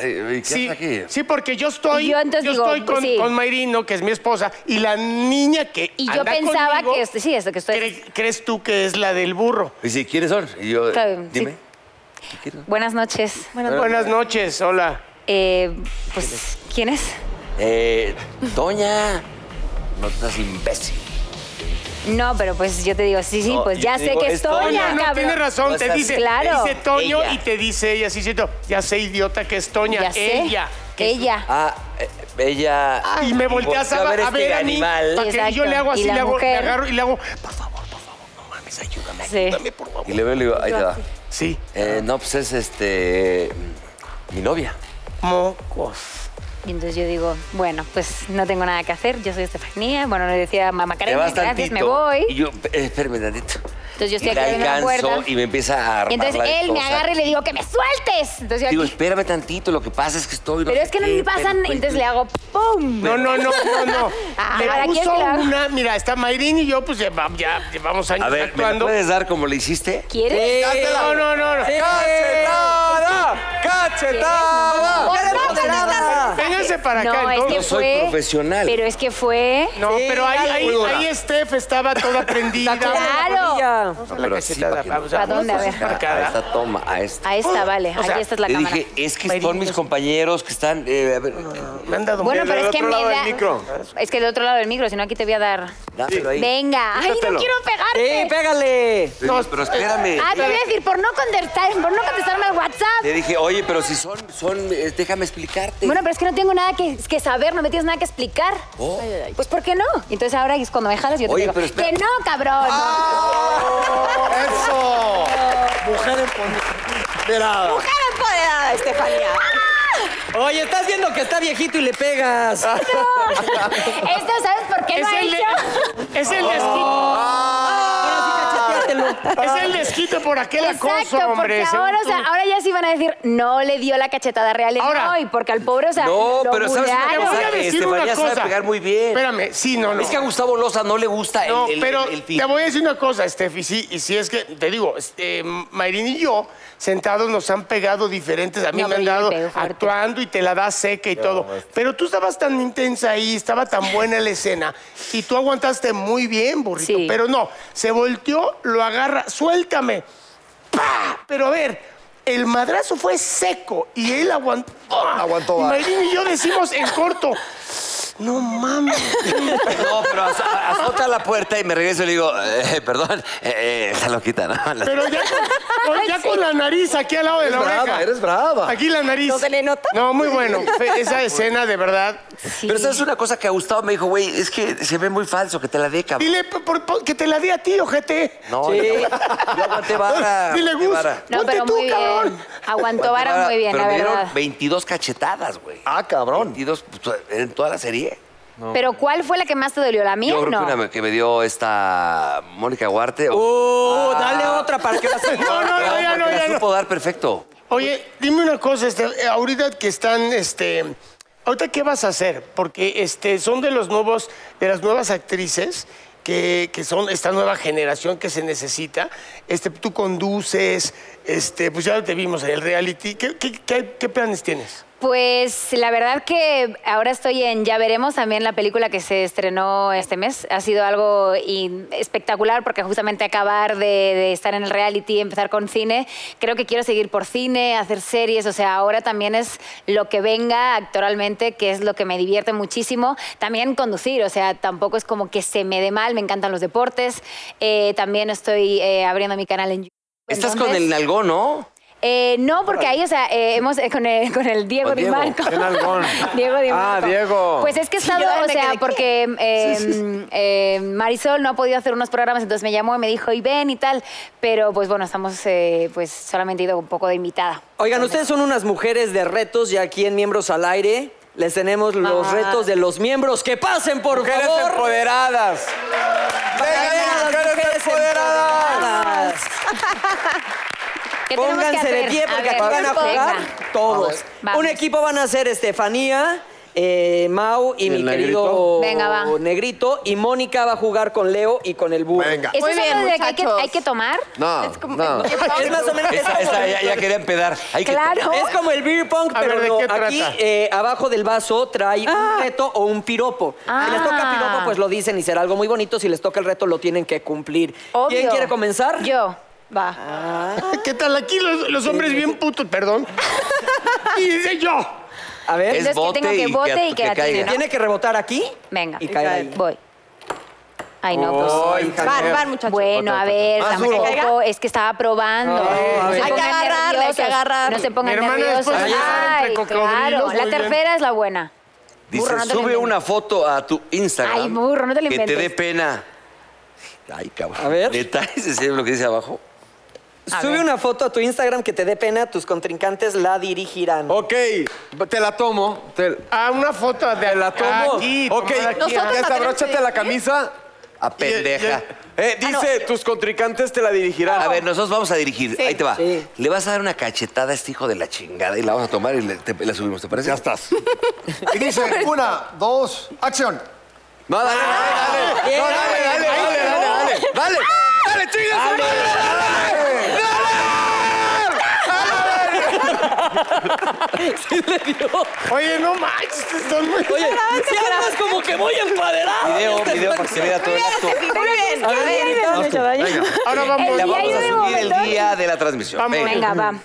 [SPEAKER 4] ¿Qué
[SPEAKER 5] Sí,
[SPEAKER 4] hace aquí?
[SPEAKER 5] sí, porque yo estoy,
[SPEAKER 7] Y yo entonces digo,
[SPEAKER 5] estoy con,
[SPEAKER 7] sí.
[SPEAKER 5] con Mayrino, que es mi esposa, y la niña que
[SPEAKER 7] Y yo
[SPEAKER 5] anda
[SPEAKER 7] pensaba
[SPEAKER 5] conmigo,
[SPEAKER 7] que este- sí, esto que estoy.
[SPEAKER 5] cre- ¿Crees tú que es la del burro?
[SPEAKER 4] Y dice, ¿quiénes son? Y yo,
[SPEAKER 7] Está bien,
[SPEAKER 4] dime.
[SPEAKER 7] Buenas noches.
[SPEAKER 5] Buenas noches, hola.
[SPEAKER 7] Eh, pues, ¿quién es?
[SPEAKER 4] Eh, Doña, no seas imbécil.
[SPEAKER 7] No, pero pues yo te digo, sí, sí,
[SPEAKER 4] No,
[SPEAKER 7] pues
[SPEAKER 4] yo
[SPEAKER 7] ya
[SPEAKER 4] te
[SPEAKER 7] sé
[SPEAKER 4] digo,
[SPEAKER 7] que
[SPEAKER 4] es
[SPEAKER 7] es Toña,
[SPEAKER 4] Toña.
[SPEAKER 5] No,
[SPEAKER 7] cabrón.
[SPEAKER 5] tienes razón,
[SPEAKER 4] O
[SPEAKER 5] te
[SPEAKER 4] sea,
[SPEAKER 5] dice,
[SPEAKER 7] claro.
[SPEAKER 5] te dice Toño
[SPEAKER 4] Ella.
[SPEAKER 5] y te dice ella, sí, cierto. Ya sé, idiota, que es Toña.
[SPEAKER 7] Ya sé.
[SPEAKER 5] Ella. que es-
[SPEAKER 7] Ella.
[SPEAKER 4] Ah, eh, ella.
[SPEAKER 5] Y me volteas a, a
[SPEAKER 4] volteó
[SPEAKER 5] ver a,
[SPEAKER 4] este
[SPEAKER 5] mí,
[SPEAKER 4] animal
[SPEAKER 5] para que yo le hago
[SPEAKER 7] Exacto. Y
[SPEAKER 5] así,
[SPEAKER 7] la
[SPEAKER 5] le, hago, le
[SPEAKER 7] mujer.
[SPEAKER 5] agarro y le hago, por favor, por favor, no mames, ayúdame,
[SPEAKER 7] Sí.
[SPEAKER 5] ayúdame, por favor.
[SPEAKER 4] y le veo y le digo, ahí te va.
[SPEAKER 5] Sí.
[SPEAKER 4] Eh, no, pues es este. Mi novia.
[SPEAKER 5] Mocos.
[SPEAKER 7] Y entonces yo digo, bueno, pues no tengo nada que hacer, yo soy Estefanía, bueno, le decía mamá
[SPEAKER 4] Te
[SPEAKER 7] Karen,
[SPEAKER 4] vas
[SPEAKER 7] gracias,
[SPEAKER 4] tantito.
[SPEAKER 7] me voy.
[SPEAKER 4] Y yo, eh, espérame tantito.
[SPEAKER 7] Entonces yo estoy
[SPEAKER 4] Y la
[SPEAKER 7] aquí abriendo la
[SPEAKER 4] alcanzo
[SPEAKER 7] puerta.
[SPEAKER 4] y me empieza a armar
[SPEAKER 7] Y entonces
[SPEAKER 4] la
[SPEAKER 7] él me
[SPEAKER 4] cosa.
[SPEAKER 7] agarra y le digo que me sueltes. Entonces yo
[SPEAKER 4] Digo,
[SPEAKER 7] aquí,
[SPEAKER 4] espérame tantito, lo que pasa es que estoy.
[SPEAKER 7] pero
[SPEAKER 4] sé
[SPEAKER 7] es que no
[SPEAKER 4] qué,
[SPEAKER 7] me pasan,
[SPEAKER 4] pero- pues,
[SPEAKER 7] entonces le hago ¡pum!
[SPEAKER 5] No, no, no, no, no.
[SPEAKER 7] Ah,
[SPEAKER 5] le
[SPEAKER 7] ¿ahora quieres
[SPEAKER 5] puso
[SPEAKER 7] que la haga?
[SPEAKER 5] una, mira, está Mayrín y yo, pues ya, ya llevamos años
[SPEAKER 4] pues, A ver, ¿me la
[SPEAKER 5] actuando.
[SPEAKER 4] puedes dar como le hiciste?
[SPEAKER 7] ¿Quieres?
[SPEAKER 5] No, no, no, no.
[SPEAKER 3] ¡Cachetada! ¡Cachetada!
[SPEAKER 7] ¿Quieres? No, no, no, no, no, no.
[SPEAKER 5] Vénganse para acá,
[SPEAKER 7] No, es
[SPEAKER 5] entonces.
[SPEAKER 7] que
[SPEAKER 4] No soy
[SPEAKER 7] fue-
[SPEAKER 4] profesional.
[SPEAKER 7] Pero es que fue...
[SPEAKER 5] No,
[SPEAKER 2] Sí,
[SPEAKER 5] pero ahí,
[SPEAKER 2] dale.
[SPEAKER 5] ahí,
[SPEAKER 2] Muy dura.
[SPEAKER 5] ahí Steph estaba toda prendida.
[SPEAKER 7] ¡Claro!
[SPEAKER 5] Vamos a
[SPEAKER 4] No,
[SPEAKER 5] la
[SPEAKER 4] pero sí,
[SPEAKER 5] cachetada,
[SPEAKER 4] para que-
[SPEAKER 5] vamos
[SPEAKER 7] ¿Para dónde? A ver.
[SPEAKER 5] para acá,
[SPEAKER 4] A
[SPEAKER 5] ¿verdad?
[SPEAKER 4] esta toma, a esta.
[SPEAKER 7] Ahí está, vale.
[SPEAKER 5] Oh, o sea,
[SPEAKER 7] Aquí está la
[SPEAKER 4] Le
[SPEAKER 7] cámara.
[SPEAKER 4] dije, es que son mis compañeros que están. eh, a ver,
[SPEAKER 5] Me han dado
[SPEAKER 7] Bueno,
[SPEAKER 3] Del
[SPEAKER 7] pero es que
[SPEAKER 3] otro
[SPEAKER 7] me
[SPEAKER 3] lado del
[SPEAKER 7] da-
[SPEAKER 3] micro.
[SPEAKER 7] Es que del otro lado del micro, si no aquí te voy a dar...
[SPEAKER 4] dáselo ahí.
[SPEAKER 7] Venga. ¡Ay, no
[SPEAKER 3] Déjatelo.
[SPEAKER 7] quiero
[SPEAKER 2] Sí,
[SPEAKER 5] Eh,
[SPEAKER 7] pegarte!
[SPEAKER 2] pégale.
[SPEAKER 4] Le digo, pero espérame.
[SPEAKER 7] Ah, te voy a decir, por no contestar, por no contestarme al WhatsApp.
[SPEAKER 4] Le dije, oye, pero si son, son, eh, déjame explicarte.
[SPEAKER 7] Bueno, pero es que no tengo nada que, que saber, no me tienes nada que explicar.
[SPEAKER 4] Oh.
[SPEAKER 7] Pues, ¿por qué no? Entonces ahora es cuando me jalas, yo te
[SPEAKER 4] Oye,
[SPEAKER 7] digo,
[SPEAKER 4] pero espera. Ah.
[SPEAKER 7] que no, cabrón.
[SPEAKER 6] ¡Eso! Mujer empoderada.
[SPEAKER 8] Mujer empoderada, Estefanía.
[SPEAKER 2] Oye, estás viendo que está viejito y le pegas.
[SPEAKER 7] Esto, ¿sabes por qué no
[SPEAKER 5] Es
[SPEAKER 7] ha
[SPEAKER 5] el,
[SPEAKER 7] hecho?
[SPEAKER 5] es el desquite.
[SPEAKER 2] Ahora sí, cacheteate
[SPEAKER 5] duelo. Es el desquite por aquel
[SPEAKER 7] Exacto,
[SPEAKER 5] acoso, hombre.
[SPEAKER 7] porque
[SPEAKER 5] según
[SPEAKER 7] ahora, o
[SPEAKER 5] tú.
[SPEAKER 7] sea, ahora ya sí van a decir, no le dio la cachetada real en
[SPEAKER 5] Ahora.
[SPEAKER 7] hoy, porque al pobre, o sea,
[SPEAKER 4] No,
[SPEAKER 7] lo
[SPEAKER 4] pero ¿sabes una
[SPEAKER 5] Te
[SPEAKER 7] bulearon.
[SPEAKER 5] voy a
[SPEAKER 4] Exacto,
[SPEAKER 5] decir una
[SPEAKER 4] Estefanía sabe
[SPEAKER 5] cosa.
[SPEAKER 4] pegar muy bien.
[SPEAKER 5] Espérame, sí, no, no.
[SPEAKER 4] Es que a Gustavo Loza no le gusta el-
[SPEAKER 5] No,
[SPEAKER 4] el, el-
[SPEAKER 5] pero
[SPEAKER 4] el fin.
[SPEAKER 5] te voy a decir una cosa, Steffi, sí, y si es que, te digo, este, Mayrin y yo, sentados nos han pegado diferentes, a mí
[SPEAKER 7] No,
[SPEAKER 5] me han
[SPEAKER 7] pero yo
[SPEAKER 5] dado
[SPEAKER 7] le pego fuerte.
[SPEAKER 5] actuando y te la das seca y todo, pero tú estabas tan intensa ahí, estaba tan buena la escena, y tú aguantaste muy bien, burrito,
[SPEAKER 7] Sí.
[SPEAKER 5] pero no, se volteó, lo agarra, suéltame, ¡Pah! pero a ver... El madrazo fue seco y él aguantó.
[SPEAKER 6] Aguantó,
[SPEAKER 5] Y
[SPEAKER 6] va.
[SPEAKER 5] Mayrin y yo decimos en corto, no mames.
[SPEAKER 4] No, pero az- a- azota la puerta y me regreso y le digo, eh, perdón, eh, eh, está loquita, ¿no?
[SPEAKER 5] Pero ya, con, ya con la nariz aquí al lado de la
[SPEAKER 6] brava,
[SPEAKER 5] oreja.
[SPEAKER 6] eres brava.
[SPEAKER 5] Aquí la nariz.
[SPEAKER 8] ¿No se le nota?
[SPEAKER 5] No, muy bueno. Fe- Esa escena, de verdad.
[SPEAKER 4] Pero esa es una cosa que a Gustavo me dijo, güey, es que se ve muy falso que te la dé, cabrón.
[SPEAKER 5] Dile p- por- por- que te la di a ti, ojete.
[SPEAKER 4] No,
[SPEAKER 2] Sí.
[SPEAKER 4] yo, yo aguanté vara.
[SPEAKER 5] Dile,
[SPEAKER 4] aguanté
[SPEAKER 5] Gus.
[SPEAKER 4] vara.
[SPEAKER 7] No,
[SPEAKER 5] Ponte
[SPEAKER 7] pero
[SPEAKER 5] tú,
[SPEAKER 7] muy
[SPEAKER 5] cabrón.
[SPEAKER 7] bien. Aguantó vara muy bien,
[SPEAKER 4] pero
[SPEAKER 7] la
[SPEAKER 4] me dieron
[SPEAKER 7] verdad.
[SPEAKER 4] 22 cachetadas, güey.
[SPEAKER 6] Ah, cabrón.
[SPEAKER 4] 22 pues, en toda la serie.
[SPEAKER 7] Pero ¿cuál fue la que más te dolió? ¿La mía
[SPEAKER 4] Yo
[SPEAKER 7] o
[SPEAKER 4] creo
[SPEAKER 7] no?
[SPEAKER 4] que una me- que me dio esta Mónica Huarte.
[SPEAKER 2] ¡Uh! Dale otra para que la
[SPEAKER 5] Uh, No, no, no, ya no,
[SPEAKER 4] me la
[SPEAKER 5] ya no.
[SPEAKER 4] supo dar perfecto.
[SPEAKER 5] Oye, dime una cosa, este, eh, ahorita que están, este. Ahorita, ¿qué vas a hacer? Porque este, son de los nuevos, de las nuevas actrices que, que son esta nueva generación que se necesita. Este, tú conduces, este, pues ya te vimos en el reality. ¿Qué- qué- qué- qué planes tienes?
[SPEAKER 7] Pues la verdad que ahora estoy en Ya Veremos, también la película que se estrenó este mes. Ha sido algo in- espectacular porque justamente acabar de, de estar en el reality, empezar con cine, creo que quiero seguir por cine, hacer series, o sea, ahora también es lo que venga actoralmente, que es lo que me divierte muchísimo. También conducir, o sea, tampoco es como que se me dé mal, me encantan los deportes. Eh, también estoy eh, abriendo mi canal en YouTube.
[SPEAKER 4] Estás con
[SPEAKER 7] Entonces-
[SPEAKER 4] el nalgón, ¿no?
[SPEAKER 7] eh, no, porque ahí, o sea, eh, hemos eh, con, el, con el Diego
[SPEAKER 4] Con
[SPEAKER 7] Di
[SPEAKER 4] Diego.
[SPEAKER 7] Marco.
[SPEAKER 3] El algón.
[SPEAKER 7] Diego Di
[SPEAKER 3] Ah,
[SPEAKER 7] Marco.
[SPEAKER 3] Diego.
[SPEAKER 7] Pues es que he
[SPEAKER 8] Sí, yo
[SPEAKER 7] estado, o
[SPEAKER 8] me
[SPEAKER 7] sea,
[SPEAKER 8] quedé,
[SPEAKER 7] porque eh, eh, Marisol no ha podido hacer unos programas, entonces me llamó y me dijo, y ven y tal. Pero pues bueno, estamos, eh, pues solamente he ido un poco de invitada.
[SPEAKER 2] Oigan, ustedes son unas mujeres de retos y aquí en Miembros al Aire les tenemos los
[SPEAKER 7] Ah.
[SPEAKER 2] retos de los miembros. ¡Que pasen, por
[SPEAKER 3] Mujeres
[SPEAKER 2] favor!
[SPEAKER 3] empoderadas.
[SPEAKER 2] Vengan
[SPEAKER 3] ¡Vengan,
[SPEAKER 2] las
[SPEAKER 3] mujeres empoderadas!
[SPEAKER 2] empoderadas.
[SPEAKER 7] ¿Qué tenemos que
[SPEAKER 2] Pónganse de
[SPEAKER 7] hacer?
[SPEAKER 2] pie
[SPEAKER 7] A
[SPEAKER 2] porque
[SPEAKER 7] ver,
[SPEAKER 2] aquí van a
[SPEAKER 7] tiempo.
[SPEAKER 2] jugar
[SPEAKER 7] Venga.
[SPEAKER 2] todos.
[SPEAKER 7] Vamos, vamos.
[SPEAKER 2] Un equipo van a ser Estefanía, eh, Mau y, mi
[SPEAKER 3] el
[SPEAKER 2] querido
[SPEAKER 3] negrito?
[SPEAKER 7] Venga, va.
[SPEAKER 2] negrito. Y Mónica va a jugar con Leo y con el búho.
[SPEAKER 6] Venga.
[SPEAKER 7] ¿Eso
[SPEAKER 8] Muy
[SPEAKER 7] es
[SPEAKER 8] bien,
[SPEAKER 7] algo de que hay que,
[SPEAKER 8] muchachos.
[SPEAKER 7] hay que tomar?
[SPEAKER 3] No,
[SPEAKER 8] Es como-
[SPEAKER 3] no.
[SPEAKER 2] Es más o menos es
[SPEAKER 4] Esa,
[SPEAKER 2] como-
[SPEAKER 4] esa ya, ya quería empedar. Hay que-
[SPEAKER 7] Claro.
[SPEAKER 2] Es como el beer pong,
[SPEAKER 5] A
[SPEAKER 2] pero
[SPEAKER 5] ver, ¿de
[SPEAKER 2] no.
[SPEAKER 5] qué
[SPEAKER 2] Aquí,
[SPEAKER 5] trata?
[SPEAKER 2] eh, abajo del vaso, trae un reto o un piropo. Si les toca
[SPEAKER 7] Ah.
[SPEAKER 2] piropo, pues lo dicen y será algo muy bonito. Si les toca el reto, lo tienen que cumplir. ¿Quién
[SPEAKER 7] Obvio.
[SPEAKER 2] quiere comenzar?
[SPEAKER 7] Yo.
[SPEAKER 8] Va.
[SPEAKER 5] ¿Qué tal? Aquí los, los hombres bien putos, perdón. Y dice yo.
[SPEAKER 2] A ver.
[SPEAKER 4] Es
[SPEAKER 7] Entonces, que
[SPEAKER 4] bote
[SPEAKER 7] tengo que
[SPEAKER 4] y
[SPEAKER 7] bote
[SPEAKER 4] que-
[SPEAKER 7] y que
[SPEAKER 4] que
[SPEAKER 7] la tiene,
[SPEAKER 4] caiga.
[SPEAKER 7] ¿no?
[SPEAKER 2] Tiene que rebotar aquí.
[SPEAKER 7] Venga.
[SPEAKER 2] Y caer ahí.
[SPEAKER 7] Voy. Ay, no, pues.
[SPEAKER 5] Oh,
[SPEAKER 3] Ay,
[SPEAKER 8] Van, van, muchachos.
[SPEAKER 7] Bueno, a
[SPEAKER 5] Ah,
[SPEAKER 7] ver,
[SPEAKER 3] Más
[SPEAKER 7] tampoco
[SPEAKER 8] duro.
[SPEAKER 7] es que estaba probando. No se
[SPEAKER 8] Hay que agarrarle,
[SPEAKER 7] pongan
[SPEAKER 8] hay que
[SPEAKER 7] nerviosos,
[SPEAKER 8] agarrar.
[SPEAKER 7] No se pongan
[SPEAKER 5] Mi hermana
[SPEAKER 7] nerviosos.
[SPEAKER 5] después de llegar
[SPEAKER 7] Ay,
[SPEAKER 5] entre
[SPEAKER 7] claro.
[SPEAKER 5] cocodrilos,
[SPEAKER 7] La
[SPEAKER 5] muy bien.
[SPEAKER 7] tercera es la buena.
[SPEAKER 4] Dice,
[SPEAKER 7] Burro, no te lo
[SPEAKER 4] sube
[SPEAKER 7] inventes.
[SPEAKER 4] una foto a tu Instagram.
[SPEAKER 7] Ay, burro, no te lo
[SPEAKER 4] Que te
[SPEAKER 7] inventes.
[SPEAKER 4] dé pena. Ay, cabrón.
[SPEAKER 2] A ver.
[SPEAKER 4] Detalles, ¿es lo que dice abajo?
[SPEAKER 7] A
[SPEAKER 2] Sube
[SPEAKER 7] ver.
[SPEAKER 2] una foto a tu Instagram que te dé pena, tus contrincantes la dirigirán.
[SPEAKER 3] Ok, te la tomo. Te,
[SPEAKER 5] Ah, una foto de
[SPEAKER 3] te la tomo.
[SPEAKER 5] Aquí,
[SPEAKER 3] ok,
[SPEAKER 5] tomada aquí.
[SPEAKER 8] Nosotros la
[SPEAKER 3] desabróchate
[SPEAKER 8] tenemos
[SPEAKER 3] la camisa.
[SPEAKER 4] A pendeja.
[SPEAKER 3] Eh, dice, tus contrincantes te la dirigirán.
[SPEAKER 4] A ver, nosotros vamos a dirigir. Ahí te va.
[SPEAKER 2] Sí.
[SPEAKER 4] Le vas a dar una cachetada a este hijo de la chingada y la vamos a tomar y le- te- la subimos, ¿te parece? Ya estás.
[SPEAKER 6] Y dice, una, dos, acción.
[SPEAKER 3] No, dale, dale, dale. No, dale, dale, dale, dale, dale. Dale, dale, chingas. Dale,
[SPEAKER 2] Sí le dio.
[SPEAKER 5] Oye, no manches, están muy...
[SPEAKER 2] Oye, si andas como que muy empaderado.
[SPEAKER 4] Video,
[SPEAKER 2] Este-
[SPEAKER 4] video para que se vea todo el acto.
[SPEAKER 8] Muy bien.
[SPEAKER 2] A ver, Erika.
[SPEAKER 5] Ahora vamos.
[SPEAKER 7] El
[SPEAKER 4] La
[SPEAKER 7] día
[SPEAKER 4] vamos
[SPEAKER 7] y
[SPEAKER 4] a
[SPEAKER 7] luego,
[SPEAKER 4] subir el
[SPEAKER 7] ¿verdad?
[SPEAKER 4] día de la transmisión.
[SPEAKER 5] Vamos.
[SPEAKER 4] Venga.
[SPEAKER 7] Venga, va.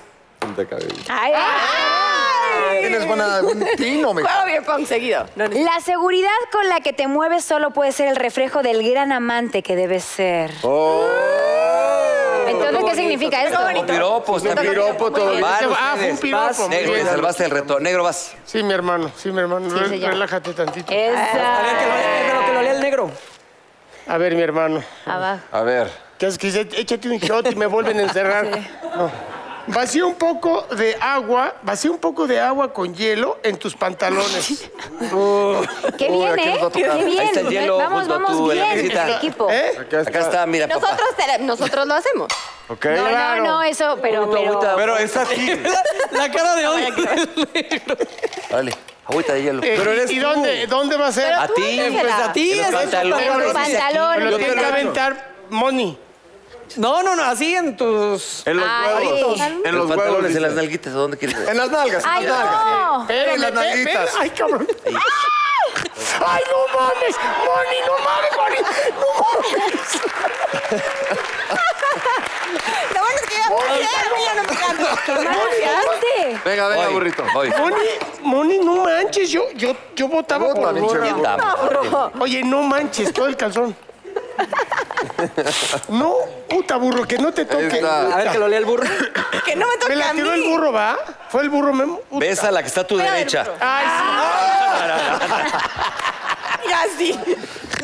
[SPEAKER 7] Ay, ay.
[SPEAKER 6] Tienes buena, buen tino, mijo.
[SPEAKER 8] Juego bien pong seguido. No, no.
[SPEAKER 7] La seguridad con la que te mueves solo puede ser el reflejo del gran amante que debes ser.
[SPEAKER 5] Oh.
[SPEAKER 7] Entonces, ¿qué significa esto?
[SPEAKER 4] Con piropos
[SPEAKER 8] Me toca
[SPEAKER 4] también.
[SPEAKER 8] piropo, todo.
[SPEAKER 4] Van
[SPEAKER 5] Ah, fue un
[SPEAKER 4] ustedes.
[SPEAKER 5] piropo,
[SPEAKER 4] Vas,
[SPEAKER 5] muy
[SPEAKER 4] Negro,
[SPEAKER 5] bien.
[SPEAKER 4] te salvaste del reto. Negro, vas.
[SPEAKER 5] Sí, mi hermano, sí, mi hermano.
[SPEAKER 7] Sí, Eh.
[SPEAKER 5] Re-
[SPEAKER 7] señor.
[SPEAKER 5] Relájate tantito.
[SPEAKER 2] A ver, que lo lea, que lo- que lo lea el negro.
[SPEAKER 5] A ver, mi hermano.
[SPEAKER 7] Abajo.
[SPEAKER 3] A ver.
[SPEAKER 5] ¿Qué haces? Que dice, Échate un shot y me vuelven a encerrar. No. Vacía un poco de agua, vacía un poco de agua con hielo en tus pantalones.
[SPEAKER 7] Qué
[SPEAKER 6] Uy,
[SPEAKER 7] bien,
[SPEAKER 6] aquí
[SPEAKER 7] ¿eh?
[SPEAKER 6] nos va a
[SPEAKER 7] Qué
[SPEAKER 6] tocar.
[SPEAKER 7] bien.
[SPEAKER 4] Ahí está el hielo
[SPEAKER 7] vamos,
[SPEAKER 4] junto a
[SPEAKER 7] vamos
[SPEAKER 4] tu
[SPEAKER 7] bien,
[SPEAKER 4] llavecita.
[SPEAKER 7] este equipo.
[SPEAKER 5] ¿Eh?
[SPEAKER 4] Acá está, mira, papá.
[SPEAKER 8] Nosotros, te- nosotros lo hacemos.
[SPEAKER 3] ¿Ok?
[SPEAKER 7] No, no, no, eso, pero...
[SPEAKER 4] Tú,
[SPEAKER 7] pero-
[SPEAKER 4] agüita,
[SPEAKER 3] Pero es así.
[SPEAKER 2] La cara
[SPEAKER 7] Ah,
[SPEAKER 2] de hoy.
[SPEAKER 4] Órale, agüita de hielo.
[SPEAKER 5] Eh,
[SPEAKER 3] Pero eres
[SPEAKER 5] ¿Y
[SPEAKER 3] tú.
[SPEAKER 5] dónde, dónde va a ser?
[SPEAKER 4] A
[SPEAKER 8] tú
[SPEAKER 4] ti.
[SPEAKER 8] eres
[SPEAKER 4] Pues
[SPEAKER 2] a ti,
[SPEAKER 4] En los
[SPEAKER 2] es-
[SPEAKER 4] pantalones.
[SPEAKER 7] en los pantalones.
[SPEAKER 5] Lo
[SPEAKER 7] en
[SPEAKER 5] tiene que
[SPEAKER 7] la-
[SPEAKER 5] aventar Moni.
[SPEAKER 2] No, no, no, así en tus...
[SPEAKER 3] En los
[SPEAKER 7] Ay.
[SPEAKER 3] huevos. En los huevos.
[SPEAKER 4] pantalones, en las
[SPEAKER 3] dice.
[SPEAKER 4] nalguitas, ¿a dónde quieres?
[SPEAKER 6] En las nalgas.
[SPEAKER 7] ¡Ay, no!
[SPEAKER 5] Pero
[SPEAKER 6] las
[SPEAKER 5] le pe-
[SPEAKER 6] nalguitas.
[SPEAKER 5] pero- Ay, cabrón. Ay, no mames, Moni, no mames, Moni, no mames.
[SPEAKER 8] Lo bueno es que yo ya
[SPEAKER 5] Oye,
[SPEAKER 8] ya no me
[SPEAKER 7] ¡Qué
[SPEAKER 8] canto.
[SPEAKER 7] mala gente!
[SPEAKER 3] Venga, venga,
[SPEAKER 4] Voy,
[SPEAKER 3] burrito.
[SPEAKER 4] Voy.
[SPEAKER 5] Moni, Moni, no manches, yo, yo, yo votaba
[SPEAKER 6] Vota,
[SPEAKER 5] por
[SPEAKER 6] pinche
[SPEAKER 5] Moni.
[SPEAKER 6] burro.
[SPEAKER 5] Oye, no manches, todo el calzón. No, puta burro, que no te toque.
[SPEAKER 2] A ver que lo lea el burro.
[SPEAKER 8] Que no me
[SPEAKER 5] Me
[SPEAKER 8] toque
[SPEAKER 5] la
[SPEAKER 8] a
[SPEAKER 5] tiró el
[SPEAKER 8] mí.
[SPEAKER 5] burro, ¿va? ¿Fue el burro Memo? Puta.
[SPEAKER 4] Ves a la que está a tu
[SPEAKER 8] Pero,
[SPEAKER 4] derecha.
[SPEAKER 8] pero-
[SPEAKER 5] Ay,
[SPEAKER 2] Ah,
[SPEAKER 8] Mira, sí.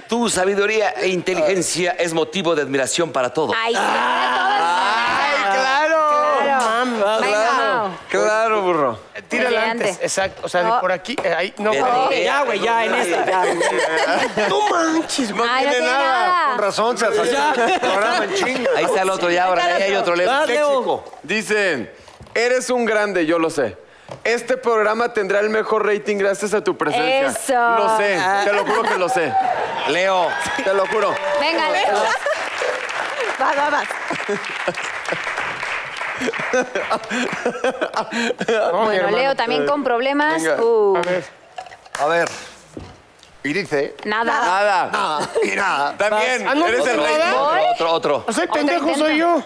[SPEAKER 4] Tu sabiduría e inteligencia es motivo de admiración para todos.
[SPEAKER 7] ¡Ay, sí!
[SPEAKER 5] claro. Mames.
[SPEAKER 7] Claro.
[SPEAKER 3] Claro, burro.
[SPEAKER 5] Tírala
[SPEAKER 7] Adelante.
[SPEAKER 5] antes. Exacto. O sea, de por aquí. eh, ahí, no,
[SPEAKER 4] Ven,
[SPEAKER 5] por
[SPEAKER 4] ven.
[SPEAKER 2] Ya, güey, ya, en esta, ya.
[SPEAKER 5] No manches, güey.
[SPEAKER 7] ¡Ay, no tiene nada!
[SPEAKER 6] Con razón, se Ahora me chinga.
[SPEAKER 4] Ahí está el otro ya, ahora ahí hay otro leo.
[SPEAKER 2] Vas, Leo.
[SPEAKER 3] Dicen, eres un grande, yo lo sé. Este programa tendrá el mejor rating gracias a tu presencia.
[SPEAKER 7] Eso.
[SPEAKER 3] Lo sé, te lo juro que lo sé.
[SPEAKER 4] Leo.
[SPEAKER 3] Te lo juro.
[SPEAKER 7] Venga, Leo.
[SPEAKER 8] Va, va, va.
[SPEAKER 7] Bueno, Leo también con problemas. Uh,
[SPEAKER 6] A ver. Y dice.
[SPEAKER 4] Ah,
[SPEAKER 7] nada.
[SPEAKER 3] Nada.
[SPEAKER 6] Y nada.
[SPEAKER 3] También,
[SPEAKER 5] Ah, no,
[SPEAKER 3] eres el
[SPEAKER 5] ¿otro
[SPEAKER 3] rey.
[SPEAKER 5] va?
[SPEAKER 7] ¿Voy?
[SPEAKER 4] Otro, otro.
[SPEAKER 5] O sea, el
[SPEAKER 7] Otro
[SPEAKER 5] pendejo soy yo.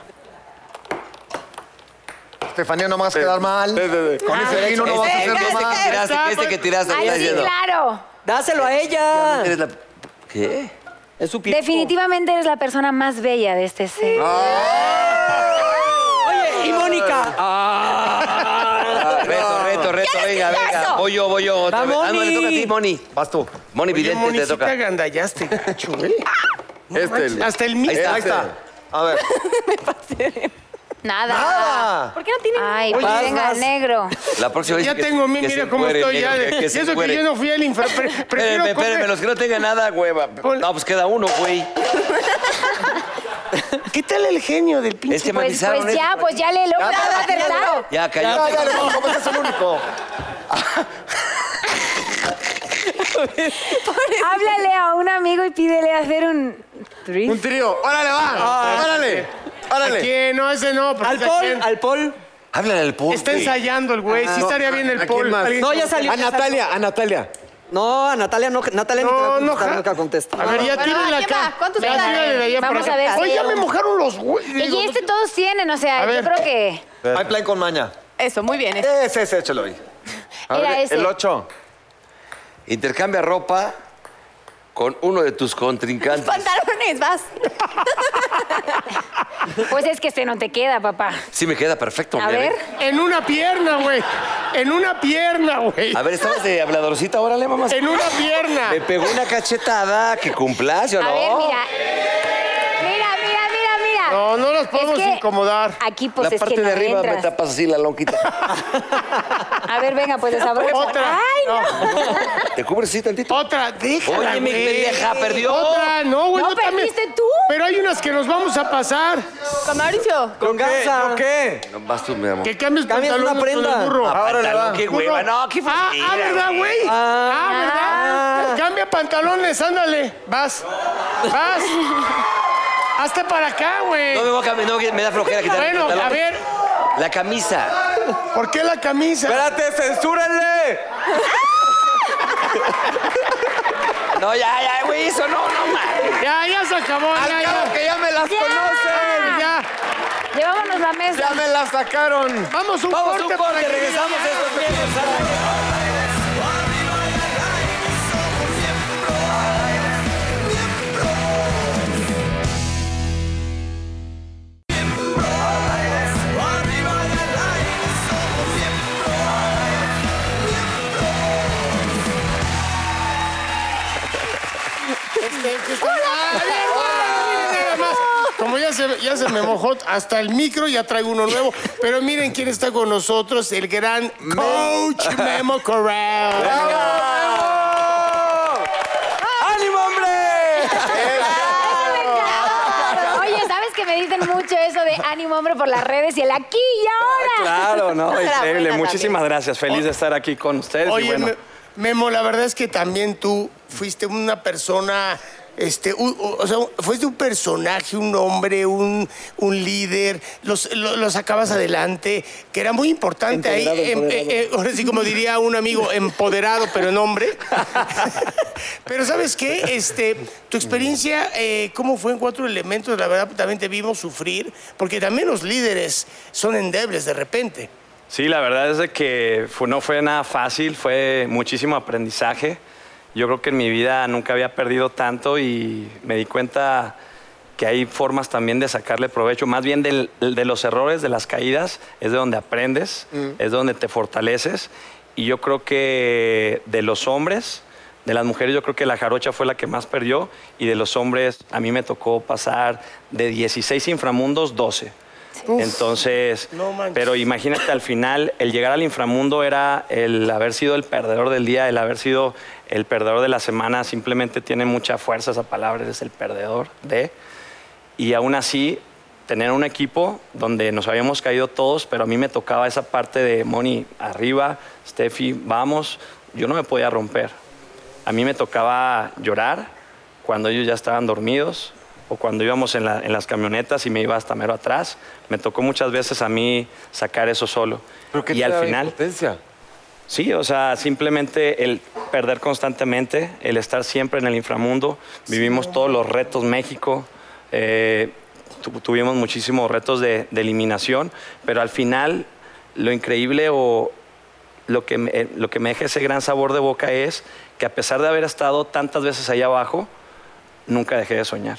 [SPEAKER 6] Estefanía, no me hagas quedar mal.
[SPEAKER 3] Sí, sí, sí.
[SPEAKER 6] Con
[SPEAKER 9] Ah,
[SPEAKER 6] ese vino no vas a
[SPEAKER 4] Este,
[SPEAKER 6] hacer
[SPEAKER 4] este que
[SPEAKER 6] nomás.
[SPEAKER 4] tiraste, que este que tiraste, me
[SPEAKER 7] ¡Ay,
[SPEAKER 4] está
[SPEAKER 7] sí,
[SPEAKER 4] diciendo.
[SPEAKER 7] claro!
[SPEAKER 2] Dáselo a ella.
[SPEAKER 4] Eres la- ¿Qué?
[SPEAKER 2] Es su pito.
[SPEAKER 7] Definitivamente eres la persona más bella de este set.
[SPEAKER 2] Oye, y Mónica.
[SPEAKER 5] Ah,
[SPEAKER 4] Reto, reto, reto, venga, venga. Voy yo, voy yo. Otra
[SPEAKER 2] Va,
[SPEAKER 4] vez. Ah, no, le toca a
[SPEAKER 2] Moni.
[SPEAKER 4] ti, Moni. Vas tú. Moni
[SPEAKER 5] Oye,
[SPEAKER 4] Vidente, te
[SPEAKER 5] Monicita,
[SPEAKER 4] toca.
[SPEAKER 5] agandallaste, gacho, güey. No
[SPEAKER 3] Este,
[SPEAKER 5] manches,
[SPEAKER 3] el-
[SPEAKER 5] Hasta el mío.
[SPEAKER 4] está.
[SPEAKER 6] Ahí está. A ver.
[SPEAKER 7] Nada.
[SPEAKER 6] ¡Nada!
[SPEAKER 8] ¿Por qué no tiene
[SPEAKER 7] Ay, pues
[SPEAKER 2] vas,
[SPEAKER 7] venga,
[SPEAKER 2] vas.
[SPEAKER 7] negro.
[SPEAKER 4] La próxima vez
[SPEAKER 5] Ya
[SPEAKER 4] que-
[SPEAKER 5] tengo a mí,
[SPEAKER 4] que
[SPEAKER 5] mira
[SPEAKER 4] se
[SPEAKER 5] cómo
[SPEAKER 4] encuere,
[SPEAKER 5] estoy ya.
[SPEAKER 4] negro,
[SPEAKER 5] de-
[SPEAKER 4] que
[SPEAKER 5] y
[SPEAKER 4] se
[SPEAKER 5] eso que
[SPEAKER 4] encuere.
[SPEAKER 5] yo no fui al infra... pre- Prefiero
[SPEAKER 4] Espérenme, espérenme,
[SPEAKER 5] comer-
[SPEAKER 4] los que no tengan nada, hueva.
[SPEAKER 5] Ponle-
[SPEAKER 4] No, pues queda uno, güey.
[SPEAKER 5] ¿Qué tal el genio del pinche?
[SPEAKER 4] Es que me
[SPEAKER 7] Pues,
[SPEAKER 4] avisaron.
[SPEAKER 7] pues
[SPEAKER 4] ¿eh?
[SPEAKER 7] ya, pues ya, Lelo.
[SPEAKER 6] Ya,
[SPEAKER 7] Claro.
[SPEAKER 4] Ya,
[SPEAKER 6] Ya,
[SPEAKER 4] cayó.
[SPEAKER 6] ya, no, ¿cómo es que es el único?
[SPEAKER 7] Háblale a un amigo y pídele hacer un...
[SPEAKER 3] Un trío. Órale, va. Órale.
[SPEAKER 5] ¿A
[SPEAKER 3] Órale.
[SPEAKER 5] quién? No, ese no. porque
[SPEAKER 2] Al
[SPEAKER 5] ¿a
[SPEAKER 2] Paul,
[SPEAKER 5] quién?
[SPEAKER 2] al Paul.
[SPEAKER 4] Háblale al público.
[SPEAKER 5] Está ensayando el güey. Sí
[SPEAKER 3] No,
[SPEAKER 5] estaría
[SPEAKER 3] ¿a-
[SPEAKER 5] bien
[SPEAKER 3] a
[SPEAKER 5] el
[SPEAKER 3] quién
[SPEAKER 5] Paul.
[SPEAKER 3] más?
[SPEAKER 5] Alguien-
[SPEAKER 2] No, ya salió.
[SPEAKER 3] A
[SPEAKER 2] ya salió.
[SPEAKER 3] Natalia, a Natalia.
[SPEAKER 2] No, a Natalia no, Natalia ni te va a
[SPEAKER 5] No, no,
[SPEAKER 2] contestar,
[SPEAKER 5] ja-
[SPEAKER 2] nunca contesta.
[SPEAKER 5] A ver, ya
[SPEAKER 8] Bueno,
[SPEAKER 5] tírenla
[SPEAKER 8] ¿quién
[SPEAKER 5] acá.
[SPEAKER 8] va? ¿Cuántos
[SPEAKER 5] Ya
[SPEAKER 8] quedan?
[SPEAKER 5] tírale de allá para
[SPEAKER 7] Vamos a
[SPEAKER 5] acá.
[SPEAKER 7] ver si
[SPEAKER 5] Oye, ya
[SPEAKER 7] hay
[SPEAKER 5] me
[SPEAKER 7] uno.
[SPEAKER 5] mojaron los güeyes.
[SPEAKER 7] Y
[SPEAKER 5] Digo, pues,
[SPEAKER 7] este todos tienen, o sea,
[SPEAKER 5] A
[SPEAKER 7] yo
[SPEAKER 5] ver.
[SPEAKER 7] creo que
[SPEAKER 6] Hay plan con maña.
[SPEAKER 8] Eso, muy bien. eso.
[SPEAKER 6] Ese, ese, échalo ahí.
[SPEAKER 7] era ese.
[SPEAKER 3] El 8.
[SPEAKER 4] Intercambia ropa con uno de tus contrincantes.
[SPEAKER 8] Pantalones, vas.
[SPEAKER 7] Pues es que este no te queda, papá.
[SPEAKER 4] Sí, me queda perfecto.
[SPEAKER 7] A
[SPEAKER 4] mira,
[SPEAKER 7] ver.
[SPEAKER 4] ve.
[SPEAKER 5] En una pierna, güey. En una pierna, güey.
[SPEAKER 4] A ver, ¿estabas de habladorcita? Órale, mamá.
[SPEAKER 5] En una pierna.
[SPEAKER 4] Me pegó una cachetada que cumplas, ¿o no?
[SPEAKER 7] A ver, mira. Mira, mira, mira, mira.
[SPEAKER 5] No, no los podemos
[SPEAKER 7] Es que
[SPEAKER 5] incomodar.
[SPEAKER 7] Aquí, pues,
[SPEAKER 4] la
[SPEAKER 7] es
[SPEAKER 4] parte
[SPEAKER 7] que no
[SPEAKER 4] de arriba me
[SPEAKER 7] entras.
[SPEAKER 4] tapas así la lonquita.
[SPEAKER 7] A ver, venga, pues, desabrocha.
[SPEAKER 5] Otra.
[SPEAKER 7] ¡Ay, no!
[SPEAKER 4] ¿Te cubres así tantito?
[SPEAKER 5] Otra, déjala,
[SPEAKER 4] Oye, mi
[SPEAKER 5] güey.
[SPEAKER 4] pendeja, perdió.
[SPEAKER 5] Otra, no, güey.
[SPEAKER 7] No,
[SPEAKER 5] yo también.
[SPEAKER 7] perdiste tú.
[SPEAKER 5] Pero hay unas que nos vamos a pasar.
[SPEAKER 8] Con Mauricio.
[SPEAKER 2] Con Garza.
[SPEAKER 3] ¿Qué?
[SPEAKER 4] No, vas tú, mi amor.
[SPEAKER 5] Que cambies
[SPEAKER 2] Cambias una
[SPEAKER 5] pantalones con
[SPEAKER 2] prenda.
[SPEAKER 5] el burro.
[SPEAKER 4] Ah,
[SPEAKER 5] Ahora
[SPEAKER 4] pantalón,
[SPEAKER 5] le va.
[SPEAKER 4] qué hueva. No, qué
[SPEAKER 5] Ah,
[SPEAKER 4] flojera,
[SPEAKER 5] ah, ¿verdad, güey? Ah, ¿verdad? Cambia pantalones, ándale. Vas. Vas. Hazte para acá, güey.
[SPEAKER 4] No me voy a cambiar, no, que me da flojera quitar el
[SPEAKER 5] Bueno,
[SPEAKER 4] pantalón.
[SPEAKER 5] a ver,
[SPEAKER 4] La camisa.
[SPEAKER 5] ¿por qué la camisa?
[SPEAKER 3] Espérate, censúrenle.
[SPEAKER 4] No, ya, ya, güey, eso no, no, man.
[SPEAKER 5] Ya, ya se acabó.
[SPEAKER 3] Al
[SPEAKER 5] Ya,
[SPEAKER 3] cabo
[SPEAKER 5] ya.
[SPEAKER 3] que ya me las
[SPEAKER 7] Ya.
[SPEAKER 3] conocen.
[SPEAKER 5] Ya.
[SPEAKER 7] Llevámonos la mesa.
[SPEAKER 3] Ya me las sacaron.
[SPEAKER 5] Vamos a un
[SPEAKER 2] Vamos a
[SPEAKER 5] corte
[SPEAKER 2] un
[SPEAKER 5] para
[SPEAKER 2] corte,
[SPEAKER 5] que
[SPEAKER 2] regresamos
[SPEAKER 5] digan-
[SPEAKER 2] a estos premios.
[SPEAKER 5] Ay, nada más. Como ya se Bueno, ya se me mojó hasta el micro, ya traigo uno nuevo. Pero miren quién está con nosotros, el gran Coach Memo Corral.
[SPEAKER 4] ¡Ánimo, hombre!
[SPEAKER 7] Oye, ¿sabes que me dicen mucho eso de ánimo hombre por las redes y el aquí y ahora?
[SPEAKER 9] Claro, no,
[SPEAKER 8] Otra
[SPEAKER 9] increíble.
[SPEAKER 8] buena
[SPEAKER 9] Muchísimas gracias. Feliz de estar aquí con ustedes. y
[SPEAKER 5] Oye,
[SPEAKER 9] bueno,
[SPEAKER 5] Me- Memo, la verdad es que también tú fuiste una persona, este, u- u- o sea, fuiste un personaje, un hombre, un, un líder, los, lo- lo sacabas adelante, que era muy importante ahí.
[SPEAKER 2] Empoderado,
[SPEAKER 5] em-
[SPEAKER 2] empoderado.
[SPEAKER 5] eh, eh, ahora sí, como diría un amigo, empoderado, pero en hombre. pero ¿sabes qué? Este, tu experiencia, eh, ¿cómo fue en Cuatro Elementos? La verdad, también te vimos sufrir, porque también los líderes son endebles de repente.
[SPEAKER 9] Sí, la verdad es de que fue- no fue nada fácil, fue muchísimo aprendizaje. Yo creo que en mi vida nunca había perdido tanto y me di cuenta que hay formas también de sacarle provecho, más bien del- de los errores, de las caídas, es de donde aprendes, es donde te fortaleces. Y yo creo que de los hombres, de las mujeres, yo creo que la jarocha fue la que más perdió y de los hombres a mí me tocó pasar de 16 inframundos 12. Entonces,
[SPEAKER 5] No manches.
[SPEAKER 9] pero imagínate al final, el llegar al inframundo era el haber sido el perdedor del día, el haber sido el perdedor de la semana, simplemente tiene mucha fuerza esa palabra, eres el perdedor de. Y aún así, tener un equipo donde nos habíamos caído todos, pero a mí me tocaba esa parte de Moni, arriba, Steffi, vamos, yo no me podía romper. A mí me tocaba llorar cuando ellos ya estaban dormidos o cuando íbamos en, la- en las camionetas y me iba hasta mero atrás. Me tocó muchas veces a mí sacar eso solo. y al final,
[SPEAKER 3] Potencia.
[SPEAKER 9] sí, o sea, simplemente el perder constantemente, el estar siempre en el inframundo. Vivimos todos los retos México. eh, tu- tuvimos muchísimos retos de, de eliminación, pero al final lo increíble o, lo que, me, eh, lo que me deja ese gran sabor de boca es que a pesar de haber estado tantas veces allá abajo, nunca dejé de soñar.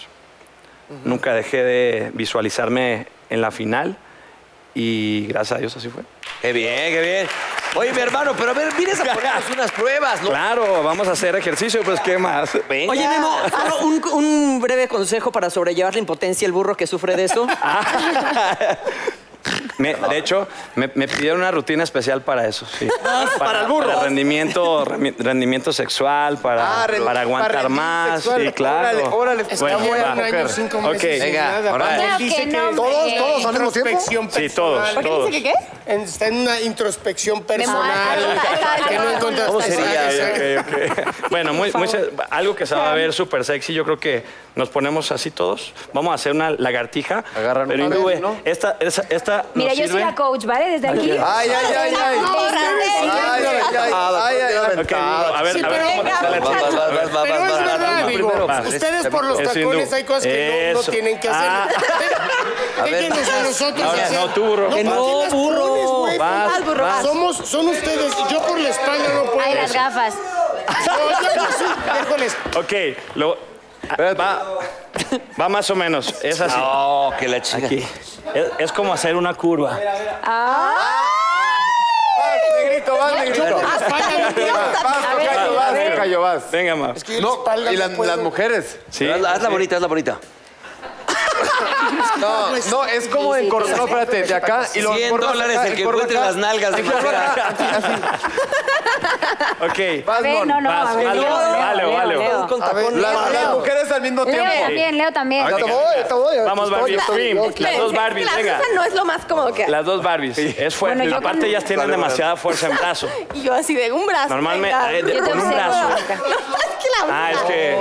[SPEAKER 9] Nunca dejé de visualizarme en la final y gracias a Dios así fue.
[SPEAKER 4] ¡Qué bien, qué bien! Oye, mi hermano, pero a ver, vienes a ponernos unas pruebas, ¿no?
[SPEAKER 9] Claro, vamos a hacer ejercicio, pues ¿qué más?
[SPEAKER 4] Venga.
[SPEAKER 2] Oye, Memo, solo un, un breve consejo para sobrellevar la impotencia y el burro que sufre de eso.
[SPEAKER 9] Ah, Me- de hecho, me, me pidieron una rutina especial para eso, sí. Ah, Para, el burro. Para rendimiento, remi- rendimiento sexual, para,
[SPEAKER 3] Ah, rendi-
[SPEAKER 9] para aguantar
[SPEAKER 3] para rendir
[SPEAKER 9] más,
[SPEAKER 3] sexual.
[SPEAKER 9] sí, claro.
[SPEAKER 3] Órale, órale.
[SPEAKER 5] Está
[SPEAKER 9] Bueno,
[SPEAKER 5] muerto
[SPEAKER 9] va.
[SPEAKER 5] pues un año, cinco meses
[SPEAKER 9] Ok.
[SPEAKER 5] sin
[SPEAKER 4] Venga,
[SPEAKER 5] nada.
[SPEAKER 4] ahora.
[SPEAKER 5] Cuando él
[SPEAKER 7] Claro
[SPEAKER 5] dice
[SPEAKER 7] que no,
[SPEAKER 5] es
[SPEAKER 7] ¿Todos,
[SPEAKER 5] en
[SPEAKER 6] todos al mismo tiempo?
[SPEAKER 5] introspección
[SPEAKER 9] Sí,
[SPEAKER 5] personal.
[SPEAKER 9] todos,
[SPEAKER 8] ¿Por qué dice que qué?
[SPEAKER 5] En- Está en una introspección personal.
[SPEAKER 8] Ah,
[SPEAKER 5] que no encuentras
[SPEAKER 4] ¿Cómo sería?
[SPEAKER 5] personajes.
[SPEAKER 9] Ok, ok, ok. Bueno, muy, muy se- algo que se va a ver súper sexy. Yo creo que nos ponemos así todos. Vamos a hacer una lagartija.
[SPEAKER 3] Agarran
[SPEAKER 9] pero
[SPEAKER 3] un
[SPEAKER 9] hindú,
[SPEAKER 3] papel, ¿no?
[SPEAKER 9] Esta, esta, esta nos
[SPEAKER 7] Mira, yo soy
[SPEAKER 9] sirve.
[SPEAKER 7] la coach, ¿vale? Desde aquí.
[SPEAKER 6] Ay, ay, ay, ay. Ay, ay, ay, ay, ay, ay,
[SPEAKER 9] Ah, Ok, a ver,
[SPEAKER 5] Sí,
[SPEAKER 9] a ver,
[SPEAKER 5] pero
[SPEAKER 9] vamos a
[SPEAKER 5] venga,
[SPEAKER 9] hacer la
[SPEAKER 5] muchachos.
[SPEAKER 9] lagartija.
[SPEAKER 5] Pero es verdad, digo,
[SPEAKER 9] primero, este, va.
[SPEAKER 5] ustedes por los
[SPEAKER 9] Es hindú.
[SPEAKER 5] tacones hay cosas que no- no,
[SPEAKER 9] Eso.
[SPEAKER 5] tienen que
[SPEAKER 9] Ah.
[SPEAKER 5] hacer.
[SPEAKER 4] A ver,
[SPEAKER 5] Déjenos a nosotros
[SPEAKER 9] Ahora,
[SPEAKER 5] hacer.
[SPEAKER 9] no, tú, burro.
[SPEAKER 5] No,
[SPEAKER 9] Que
[SPEAKER 5] ¿por
[SPEAKER 9] no,
[SPEAKER 5] qué las
[SPEAKER 2] burro.
[SPEAKER 5] pones, güey?
[SPEAKER 9] Vas,
[SPEAKER 5] Ponte-
[SPEAKER 9] burro, vas.
[SPEAKER 5] Somos, son ustedes. Yo por la espalda no puedo.
[SPEAKER 7] Ay, las gafas.
[SPEAKER 5] No, Déjoles.
[SPEAKER 9] Ok, lo- ah, va, va más o menos. Es así.
[SPEAKER 4] No, que la chica.
[SPEAKER 9] Aquí. Es, es como hacer una curva.
[SPEAKER 3] Negrito, vas, negrito. Vas,
[SPEAKER 7] A ver,
[SPEAKER 3] tocayo,
[SPEAKER 7] a
[SPEAKER 3] vas,
[SPEAKER 7] ver.
[SPEAKER 3] tocayo, vas.
[SPEAKER 9] Venga, ma.
[SPEAKER 3] No, y las- las mujeres.
[SPEAKER 9] Sí.
[SPEAKER 4] Hazla, hazla bonita, hazla bonita.
[SPEAKER 3] No,
[SPEAKER 7] Pues
[SPEAKER 3] no, es como de encorvar. No, espérate, de acá y lo
[SPEAKER 4] 100
[SPEAKER 3] encorvas
[SPEAKER 4] dólares
[SPEAKER 3] acá,
[SPEAKER 4] el que
[SPEAKER 3] encorvas
[SPEAKER 4] encuentre
[SPEAKER 3] acá.
[SPEAKER 4] las nalgas de mujer.
[SPEAKER 9] Ok.
[SPEAKER 7] A
[SPEAKER 3] Vas,
[SPEAKER 7] ver,
[SPEAKER 3] Mon.
[SPEAKER 7] no, no,
[SPEAKER 9] Vas,
[SPEAKER 7] a ver.
[SPEAKER 9] vale,
[SPEAKER 7] Leo,
[SPEAKER 9] vale,
[SPEAKER 7] Leo,
[SPEAKER 9] vale.
[SPEAKER 7] Leo.
[SPEAKER 2] Con
[SPEAKER 6] A ver,
[SPEAKER 2] tacón.
[SPEAKER 6] la-
[SPEAKER 3] Las, las mujeres al mismo
[SPEAKER 7] Leo
[SPEAKER 3] tiempo.
[SPEAKER 7] también, Leo también.
[SPEAKER 6] Ya te voy, ya te voy.
[SPEAKER 9] Vamos, Barbie.
[SPEAKER 6] Estoy-
[SPEAKER 9] Pim.
[SPEAKER 6] estoy-
[SPEAKER 9] Las dos Barbies,
[SPEAKER 8] La
[SPEAKER 9] venga.
[SPEAKER 8] no es lo más cómodo que hay.
[SPEAKER 9] Las dos Barbies. Es fuerte.
[SPEAKER 7] Bueno, yo
[SPEAKER 9] Aparte,
[SPEAKER 7] con-
[SPEAKER 9] ellas tienen
[SPEAKER 3] Vale, vale.
[SPEAKER 9] demasiada fuerza en brazo.
[SPEAKER 8] Y yo así de un brazo.
[SPEAKER 9] Normalmente,
[SPEAKER 8] venga.
[SPEAKER 9] eh, de-
[SPEAKER 7] Yo te
[SPEAKER 9] con un
[SPEAKER 7] observo.
[SPEAKER 9] brazo.
[SPEAKER 8] Es que la
[SPEAKER 9] Ah, es que.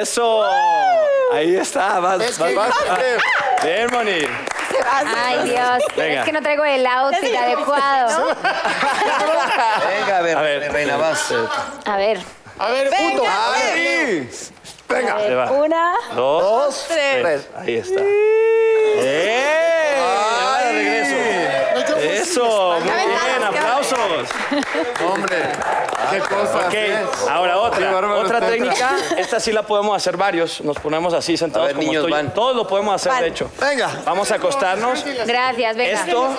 [SPEAKER 9] Eso. Ahí está. Vas, vas, vas. Bien, Moni.
[SPEAKER 8] se va así.
[SPEAKER 7] Ay, Dios.
[SPEAKER 9] Venga.
[SPEAKER 7] Es que no traigo el outfit adecuado.
[SPEAKER 4] Venga, a ver,
[SPEAKER 9] A ver.
[SPEAKER 4] reina, vas.
[SPEAKER 7] A ver.
[SPEAKER 5] A ver, puto.
[SPEAKER 7] a ver,
[SPEAKER 9] va.
[SPEAKER 7] Una.
[SPEAKER 9] Dos.
[SPEAKER 8] Tres.
[SPEAKER 9] Ahí está. ¡Eh! Ahora de regreso.
[SPEAKER 5] No, yo voy sin
[SPEAKER 9] Eso. Muy
[SPEAKER 8] Ya ven,
[SPEAKER 9] bien.
[SPEAKER 8] vamos, ya.
[SPEAKER 9] Aplausos.
[SPEAKER 3] Hombre, qué cosas.
[SPEAKER 9] Ok,
[SPEAKER 3] ¿eh?
[SPEAKER 9] ahora
[SPEAKER 3] Qué
[SPEAKER 9] otra.
[SPEAKER 3] bárbaro
[SPEAKER 9] Otra
[SPEAKER 3] está.
[SPEAKER 9] técnica. Esta sí la podemos hacer varios. Nos ponemos así sentados
[SPEAKER 4] A ver,
[SPEAKER 9] como
[SPEAKER 4] niños,
[SPEAKER 9] estoy.
[SPEAKER 4] van.
[SPEAKER 9] Todos lo podemos hacer,
[SPEAKER 8] Van.
[SPEAKER 9] de hecho.
[SPEAKER 6] Venga.
[SPEAKER 9] Vamos a acostarnos.
[SPEAKER 7] Gracias, venga.
[SPEAKER 9] Esto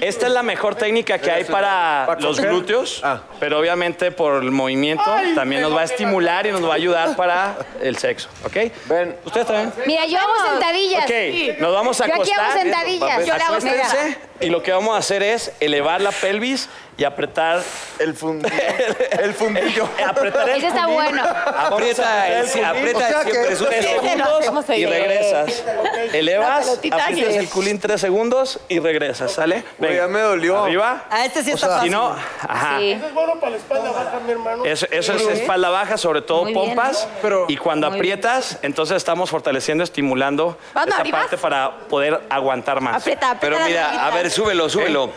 [SPEAKER 9] Esta es la mejor técnica que hay para los glúteos, pero obviamente por el movimiento también nos va a estimular y nos va a ayudar para el sexo, ¿ok?
[SPEAKER 3] Ven.
[SPEAKER 9] Ustedes también.
[SPEAKER 7] Mira, yo hago sentadillas.
[SPEAKER 9] Ok, nos vamos a
[SPEAKER 7] Yo aquí hago
[SPEAKER 9] acostar.
[SPEAKER 7] sentadillas. Yo la hago
[SPEAKER 9] Acuéstense y lo que vamos a hacer es elevar la pelvis y apretar
[SPEAKER 3] El fundillo. El fundillo.
[SPEAKER 9] apretar el
[SPEAKER 7] Ese está
[SPEAKER 9] culín.
[SPEAKER 7] bueno.
[SPEAKER 9] Aprieta el, aprieta
[SPEAKER 6] O sea que-
[SPEAKER 9] siempre, sus tres segundos y regresas. Elevas,
[SPEAKER 8] pelotita
[SPEAKER 9] aprietas
[SPEAKER 8] que-
[SPEAKER 9] el culín tres segundos y regresas, ¿sale?
[SPEAKER 3] Güey, ya me dolió.
[SPEAKER 9] Arriba.
[SPEAKER 2] Ah, este sí está
[SPEAKER 9] Si
[SPEAKER 2] fácil.
[SPEAKER 9] no, ajá.
[SPEAKER 7] Sí.
[SPEAKER 5] Es bueno para la espalda baja, mi hermano.
[SPEAKER 9] Eso, eso es espalda baja, sobre todo
[SPEAKER 7] Muy bien.
[SPEAKER 9] pompas.
[SPEAKER 3] Pero-
[SPEAKER 9] y cuando
[SPEAKER 7] Muy
[SPEAKER 9] aprietas, entonces estamos fortaleciendo, estimulando
[SPEAKER 8] Vamos,
[SPEAKER 9] esta
[SPEAKER 8] arriba.
[SPEAKER 9] parte para poder aguantar más.
[SPEAKER 8] Aprieta, aprieta.
[SPEAKER 4] Pero
[SPEAKER 8] la
[SPEAKER 4] mira,
[SPEAKER 8] nalguita.
[SPEAKER 4] a ver, súbelo, súbelo.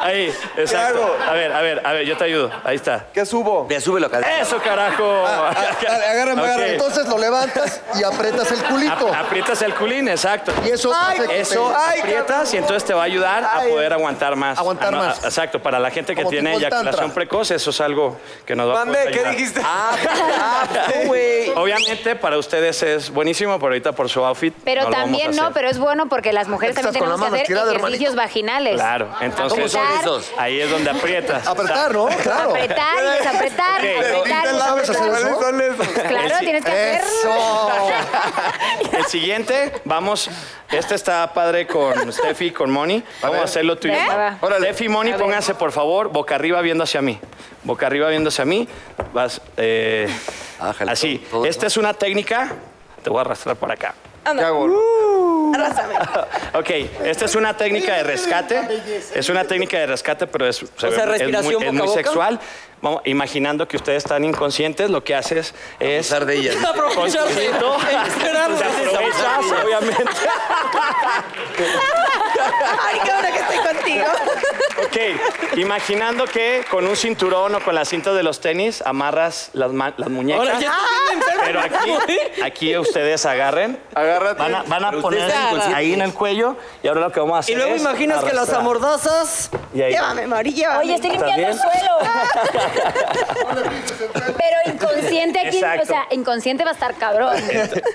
[SPEAKER 9] Ahí, exacto.
[SPEAKER 3] hago?
[SPEAKER 9] A ver, a ver, a ver, yo te ayudo. Ahí está.
[SPEAKER 3] ¿Qué subo?
[SPEAKER 4] Mira, súbelo acá.
[SPEAKER 9] ¡Eso, carajo!
[SPEAKER 5] Ah.
[SPEAKER 10] Ah,
[SPEAKER 6] Dale, agárrame,
[SPEAKER 9] Ok.
[SPEAKER 6] agárrame. Entonces lo levantas y aprietas el culito.
[SPEAKER 9] Ap- aprietas el culín, exacto.
[SPEAKER 6] Y eso hace que
[SPEAKER 9] Eso
[SPEAKER 6] te-
[SPEAKER 9] aprietas y entonces te este va a ayudar a poder aguantar más.
[SPEAKER 6] Aguantar
[SPEAKER 9] Ah, no,
[SPEAKER 6] más.
[SPEAKER 9] a- Exacto, para la gente que
[SPEAKER 6] Como
[SPEAKER 9] tiene
[SPEAKER 6] tipo el
[SPEAKER 9] eyaculación
[SPEAKER 6] tantra.
[SPEAKER 9] precoz, eso es algo que nos va a
[SPEAKER 3] Mande,
[SPEAKER 9] poder
[SPEAKER 3] ¿qué
[SPEAKER 9] ayudar.
[SPEAKER 3] dijiste?
[SPEAKER 2] Ah,
[SPEAKER 9] Obviamente para ustedes es buenísimo, pero ahorita por su outfit.
[SPEAKER 7] Pero
[SPEAKER 9] no lo vamos a
[SPEAKER 7] también no,
[SPEAKER 9] hacer.
[SPEAKER 7] pero es bueno porque las mujeres
[SPEAKER 6] Estás
[SPEAKER 7] también
[SPEAKER 6] con la
[SPEAKER 7] tenemos
[SPEAKER 6] mano
[SPEAKER 7] que hacer
[SPEAKER 6] estirada,
[SPEAKER 7] ejercicios vaginales.
[SPEAKER 9] Claro,
[SPEAKER 4] ¿Cómo
[SPEAKER 9] entonces
[SPEAKER 4] son
[SPEAKER 7] Apretar.
[SPEAKER 4] esos?
[SPEAKER 9] ahí es donde aprietas.
[SPEAKER 6] Apretar, ¿no? Claro.
[SPEAKER 7] Apretar y desapretar,
[SPEAKER 9] Ok.
[SPEAKER 7] apretar y
[SPEAKER 6] ¿Tú sabes hacer
[SPEAKER 7] desapretar.
[SPEAKER 6] eso?
[SPEAKER 3] son esos?
[SPEAKER 7] Claro, tienes que hacerlo.
[SPEAKER 6] Eso.
[SPEAKER 9] El siguiente, vamos, este está padre con Steffi, con Moni. Vamos a hacerlo tú y yo.
[SPEAKER 7] ¿Eh? Va.
[SPEAKER 9] Órale. Steffi, Moni, pónganse por favor boca arriba viendo hacia mí. Boca arriba viendo hacia mí. Vas, eh,
[SPEAKER 4] Ájale,
[SPEAKER 9] así.
[SPEAKER 4] todo, todo,
[SPEAKER 9] Esta
[SPEAKER 4] ¿no?
[SPEAKER 9] es una técnica. Te voy a arrastrar por acá.
[SPEAKER 3] ¿Qué hago?
[SPEAKER 9] Ok, esta es una técnica de rescate. Es una técnica de rescate, pero es, se ve-
[SPEAKER 2] sea,
[SPEAKER 9] es muy, es
[SPEAKER 2] respiración boca a
[SPEAKER 9] muy
[SPEAKER 2] boca.
[SPEAKER 9] sexual. Vamos, imaginando que ustedes están inconscientes, lo que haces es...
[SPEAKER 4] Usar de ellas.
[SPEAKER 2] Aprovechar-
[SPEAKER 9] Concierto.
[SPEAKER 2] Esperamos.
[SPEAKER 9] Te aprovechas, obviamente.
[SPEAKER 8] Ay, qué bueno que estoy contigo.
[SPEAKER 9] Ok, imaginando que con un cinturón o con las cintas de los tenis amarras las, ma- las muñecas.
[SPEAKER 2] Ahora ya
[SPEAKER 9] Ah, Pero aquí, aquí ustedes agarren.
[SPEAKER 3] Agárrate.
[SPEAKER 9] Van a, van a
[SPEAKER 4] Pero
[SPEAKER 9] poner
[SPEAKER 4] ustedes están inconscientes.
[SPEAKER 9] ahí en el cuello y ahora lo que vamos a hacer
[SPEAKER 2] Y luego
[SPEAKER 9] es
[SPEAKER 2] imaginas que las
[SPEAKER 9] arrastrar.
[SPEAKER 2] amordazas.
[SPEAKER 9] Y ahí.
[SPEAKER 8] Llévame, Mari, llévame.
[SPEAKER 7] Oye, estoy limpiando el suelo. Pero inconsciente aquí,
[SPEAKER 9] Exacto.
[SPEAKER 7] o sea, inconsciente va a estar cabrón.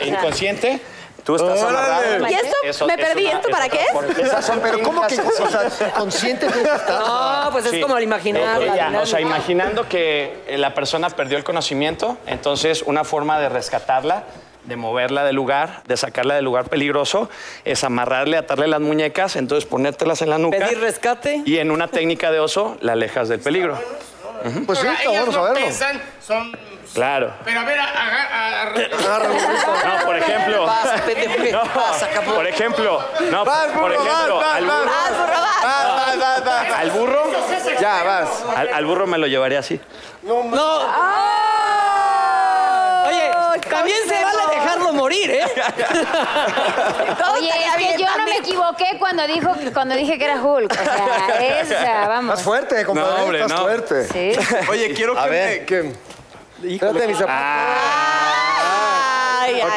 [SPEAKER 9] Inconsciente, tú estás
[SPEAKER 3] Órale.
[SPEAKER 9] amarrado.
[SPEAKER 8] ¿Y esto?
[SPEAKER 9] Eso
[SPEAKER 8] me
[SPEAKER 9] es
[SPEAKER 8] perdí.
[SPEAKER 9] una-
[SPEAKER 8] ¿Esto para
[SPEAKER 9] es
[SPEAKER 8] qué es?
[SPEAKER 9] otra forma.
[SPEAKER 6] Esas son- Pero ¿cómo que o sea, consciente de que está?
[SPEAKER 2] No, pues es
[SPEAKER 9] Sí.
[SPEAKER 2] como al imaginar.
[SPEAKER 9] Eh,
[SPEAKER 2] la
[SPEAKER 9] ella, o sea,
[SPEAKER 2] dinámica.
[SPEAKER 9] imaginando que eh, la persona perdió el conocimiento, entonces una forma de rescatarla, de moverla del lugar, de sacarla del lugar peligroso, es amarrarle, atarle las muñecas, entonces ponértelas en la nuca.
[SPEAKER 2] Pedir rescate.
[SPEAKER 9] Y en una técnica de oso, la alejas del peligro.
[SPEAKER 6] Pues sí,
[SPEAKER 10] Ahora,
[SPEAKER 6] está
[SPEAKER 10] ellas
[SPEAKER 6] bueno
[SPEAKER 10] no
[SPEAKER 6] saberlo.
[SPEAKER 10] pesan, son...
[SPEAKER 9] Claro.
[SPEAKER 10] Pero a ver, agarra...
[SPEAKER 9] No, por ejemplo.
[SPEAKER 2] Vas, pendejo, ¿qué
[SPEAKER 9] No,
[SPEAKER 2] pasa, cabrón?
[SPEAKER 9] por ejemplo. No,
[SPEAKER 3] Vas,
[SPEAKER 9] por
[SPEAKER 3] burro,
[SPEAKER 9] ejemplo.
[SPEAKER 3] vas,
[SPEAKER 9] Al
[SPEAKER 3] vas,
[SPEAKER 9] burro,
[SPEAKER 3] vas. Vas, vas, vas, vas.
[SPEAKER 9] al burro,
[SPEAKER 3] Ya, vas.
[SPEAKER 9] al- al burro me lo llevaré así.
[SPEAKER 2] No. Oye, también se vale dejarlo morir, ¿eh?
[SPEAKER 7] Oye, es que yo no me equivoqué cuando dijo, cuando dije que era Hulk. O sea, es, o sea,
[SPEAKER 6] Más
[SPEAKER 7] vamos.
[SPEAKER 6] fuerte, compadre.
[SPEAKER 9] No, hombre,
[SPEAKER 6] más
[SPEAKER 9] no.
[SPEAKER 6] fuerte.
[SPEAKER 7] Sí.
[SPEAKER 3] Oye, quiero
[SPEAKER 4] A
[SPEAKER 3] que
[SPEAKER 4] ver.
[SPEAKER 3] me... Que... Espérate, mis zapatos.
[SPEAKER 8] Ay, ay, ay.
[SPEAKER 9] Ah, Ok,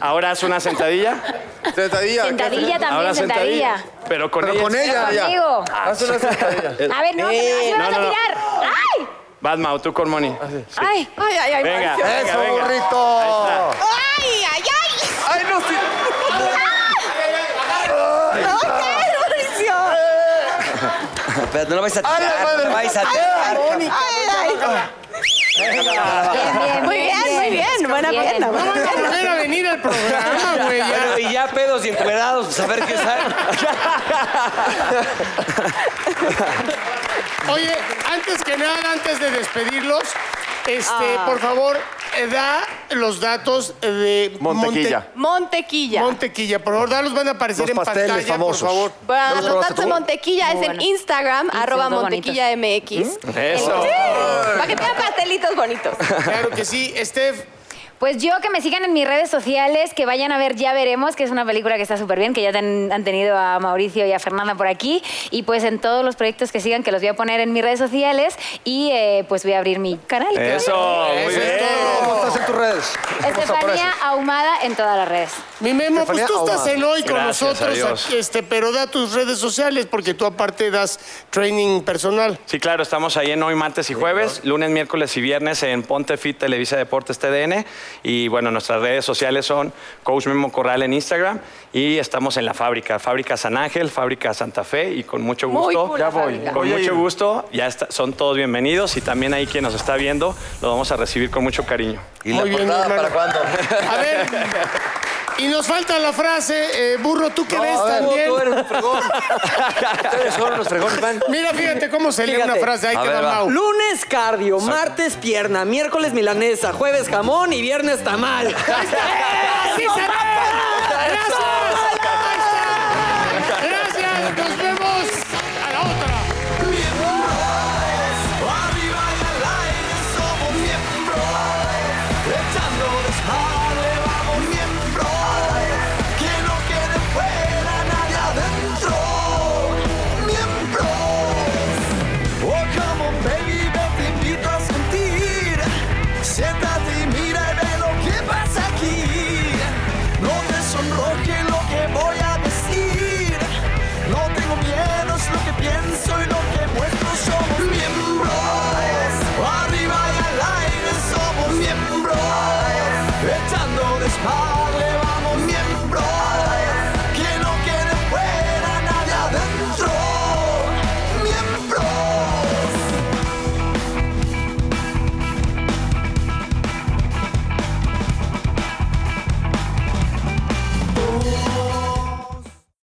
[SPEAKER 9] ahora haz una sentadilla.
[SPEAKER 3] Sentadilla. ¿qué
[SPEAKER 7] Sentadilla también,
[SPEAKER 9] Ahora
[SPEAKER 7] sentadilla.
[SPEAKER 9] Pero con
[SPEAKER 6] Pero
[SPEAKER 9] ella.
[SPEAKER 6] con ella, ya.
[SPEAKER 7] Conmigo.
[SPEAKER 3] Haz una sentadilla.
[SPEAKER 7] A ver, no,
[SPEAKER 8] Eh,
[SPEAKER 7] que me vas
[SPEAKER 9] no, no,
[SPEAKER 7] a
[SPEAKER 9] no.
[SPEAKER 7] tirar. ¡Ay!
[SPEAKER 9] Vas, Mau, tú con Moni.
[SPEAKER 7] ¡Ay!
[SPEAKER 8] Ay, ay, ay.
[SPEAKER 9] Venga,
[SPEAKER 8] Mauricio.
[SPEAKER 9] venga,
[SPEAKER 6] Eso,
[SPEAKER 9] venga.
[SPEAKER 6] burrito.
[SPEAKER 8] Ay, ay, ay.
[SPEAKER 3] ¡Ay, no! Sí.
[SPEAKER 8] Ok, Mauricio.
[SPEAKER 4] Espérate, no lo vais a tirar.
[SPEAKER 3] la madre!
[SPEAKER 4] No lo vais a tirar.
[SPEAKER 8] Ay, ay.
[SPEAKER 7] Bien, bien,
[SPEAKER 8] Muy bien, muy bien. Buena
[SPEAKER 7] Bien.
[SPEAKER 8] pierna. buena
[SPEAKER 10] No
[SPEAKER 8] pierna.
[SPEAKER 10] van a volver a venir al programa, güey. ya.
[SPEAKER 4] Bueno, y ya pedos y encuerados, pues a ver qué sale.
[SPEAKER 10] Oye, antes que nada, antes de despedirlos, este, por favor, eh, da los datos de...
[SPEAKER 3] Montequilla.
[SPEAKER 8] Montequilla.
[SPEAKER 10] Monte- Montequilla, por favor, dalos, van a aparecer
[SPEAKER 6] Los
[SPEAKER 10] en
[SPEAKER 6] pasteles
[SPEAKER 10] pantalla,
[SPEAKER 6] famosos.
[SPEAKER 10] por favor.
[SPEAKER 8] Bueno,
[SPEAKER 6] ¿Ya los
[SPEAKER 8] los
[SPEAKER 6] probaste
[SPEAKER 8] datos de
[SPEAKER 6] tú?
[SPEAKER 8] Montequilla es
[SPEAKER 7] Muy
[SPEAKER 8] en
[SPEAKER 7] bueno.
[SPEAKER 8] Instagram,
[SPEAKER 7] Sí,
[SPEAKER 8] arroba
[SPEAKER 7] son muy bonitos.
[SPEAKER 8] Montequilla MX.
[SPEAKER 9] Eso.
[SPEAKER 8] Para que tenga pastelitos bonitos.
[SPEAKER 10] Claro que sí, Steph.
[SPEAKER 7] Pues yo que me sigan en mis redes sociales, que vayan a ver Ya Veremos, que es una película que está súper bien, que ya ten- han tenido a Mauricio y a Fernanda por aquí. Y pues en todos los proyectos que sigan, que los voy a poner en mis redes sociales. Y eh, pues voy a abrir mi canal. que va a
[SPEAKER 9] Eso, muy
[SPEAKER 10] Eso es
[SPEAKER 9] bien.
[SPEAKER 6] ¿Cómo estás en tus redes?
[SPEAKER 7] ser Estefanía Ahumada en todas las redes.
[SPEAKER 10] Mi Memo, pues
[SPEAKER 6] Estefanía
[SPEAKER 10] tú estás
[SPEAKER 6] Ahumada.
[SPEAKER 10] en hoy con
[SPEAKER 9] Gracias,
[SPEAKER 10] nosotros,
[SPEAKER 9] adiós.
[SPEAKER 10] este, pero da tus redes sociales, porque tú aparte das training personal.
[SPEAKER 9] Sí, claro, estamos ahí en hoy martes y jueves, lunes, miércoles y viernes en Ponte Fit Televisa Deportes TDN. Y bueno, nuestras redes sociales son Coach Memo Corral en Instagram y estamos en la fábrica, Fábrica San Ángel, Fábrica Santa Fe y con mucho
[SPEAKER 8] Muy
[SPEAKER 9] gusto.
[SPEAKER 8] cool la Ya voy. fábrica.
[SPEAKER 9] Con mucho gusto, ya está- son todos bienvenidos y también ahí quien nos está viendo lo vamos a recibir con mucho cariño.
[SPEAKER 4] ¿Y la
[SPEAKER 10] Muy bien,
[SPEAKER 4] portada
[SPEAKER 10] hermano.
[SPEAKER 4] para cuándo?
[SPEAKER 10] A ver. Y nos falta la frase, eh, burro, ¿tú qué
[SPEAKER 5] Pues
[SPEAKER 10] ves también?
[SPEAKER 4] Tú eres un fregón. Tú eres solo los fregones, man.
[SPEAKER 10] Mira, fíjate cómo se lee
[SPEAKER 2] Fíjate.
[SPEAKER 10] una frase. Ahí
[SPEAKER 4] A
[SPEAKER 10] te
[SPEAKER 4] ver,
[SPEAKER 10] va,
[SPEAKER 4] va.
[SPEAKER 10] Mau.
[SPEAKER 2] Lunes cardio, martes pierna, miércoles milanesa, jueves jamón y viernes tamal.
[SPEAKER 10] ¡Sí se va!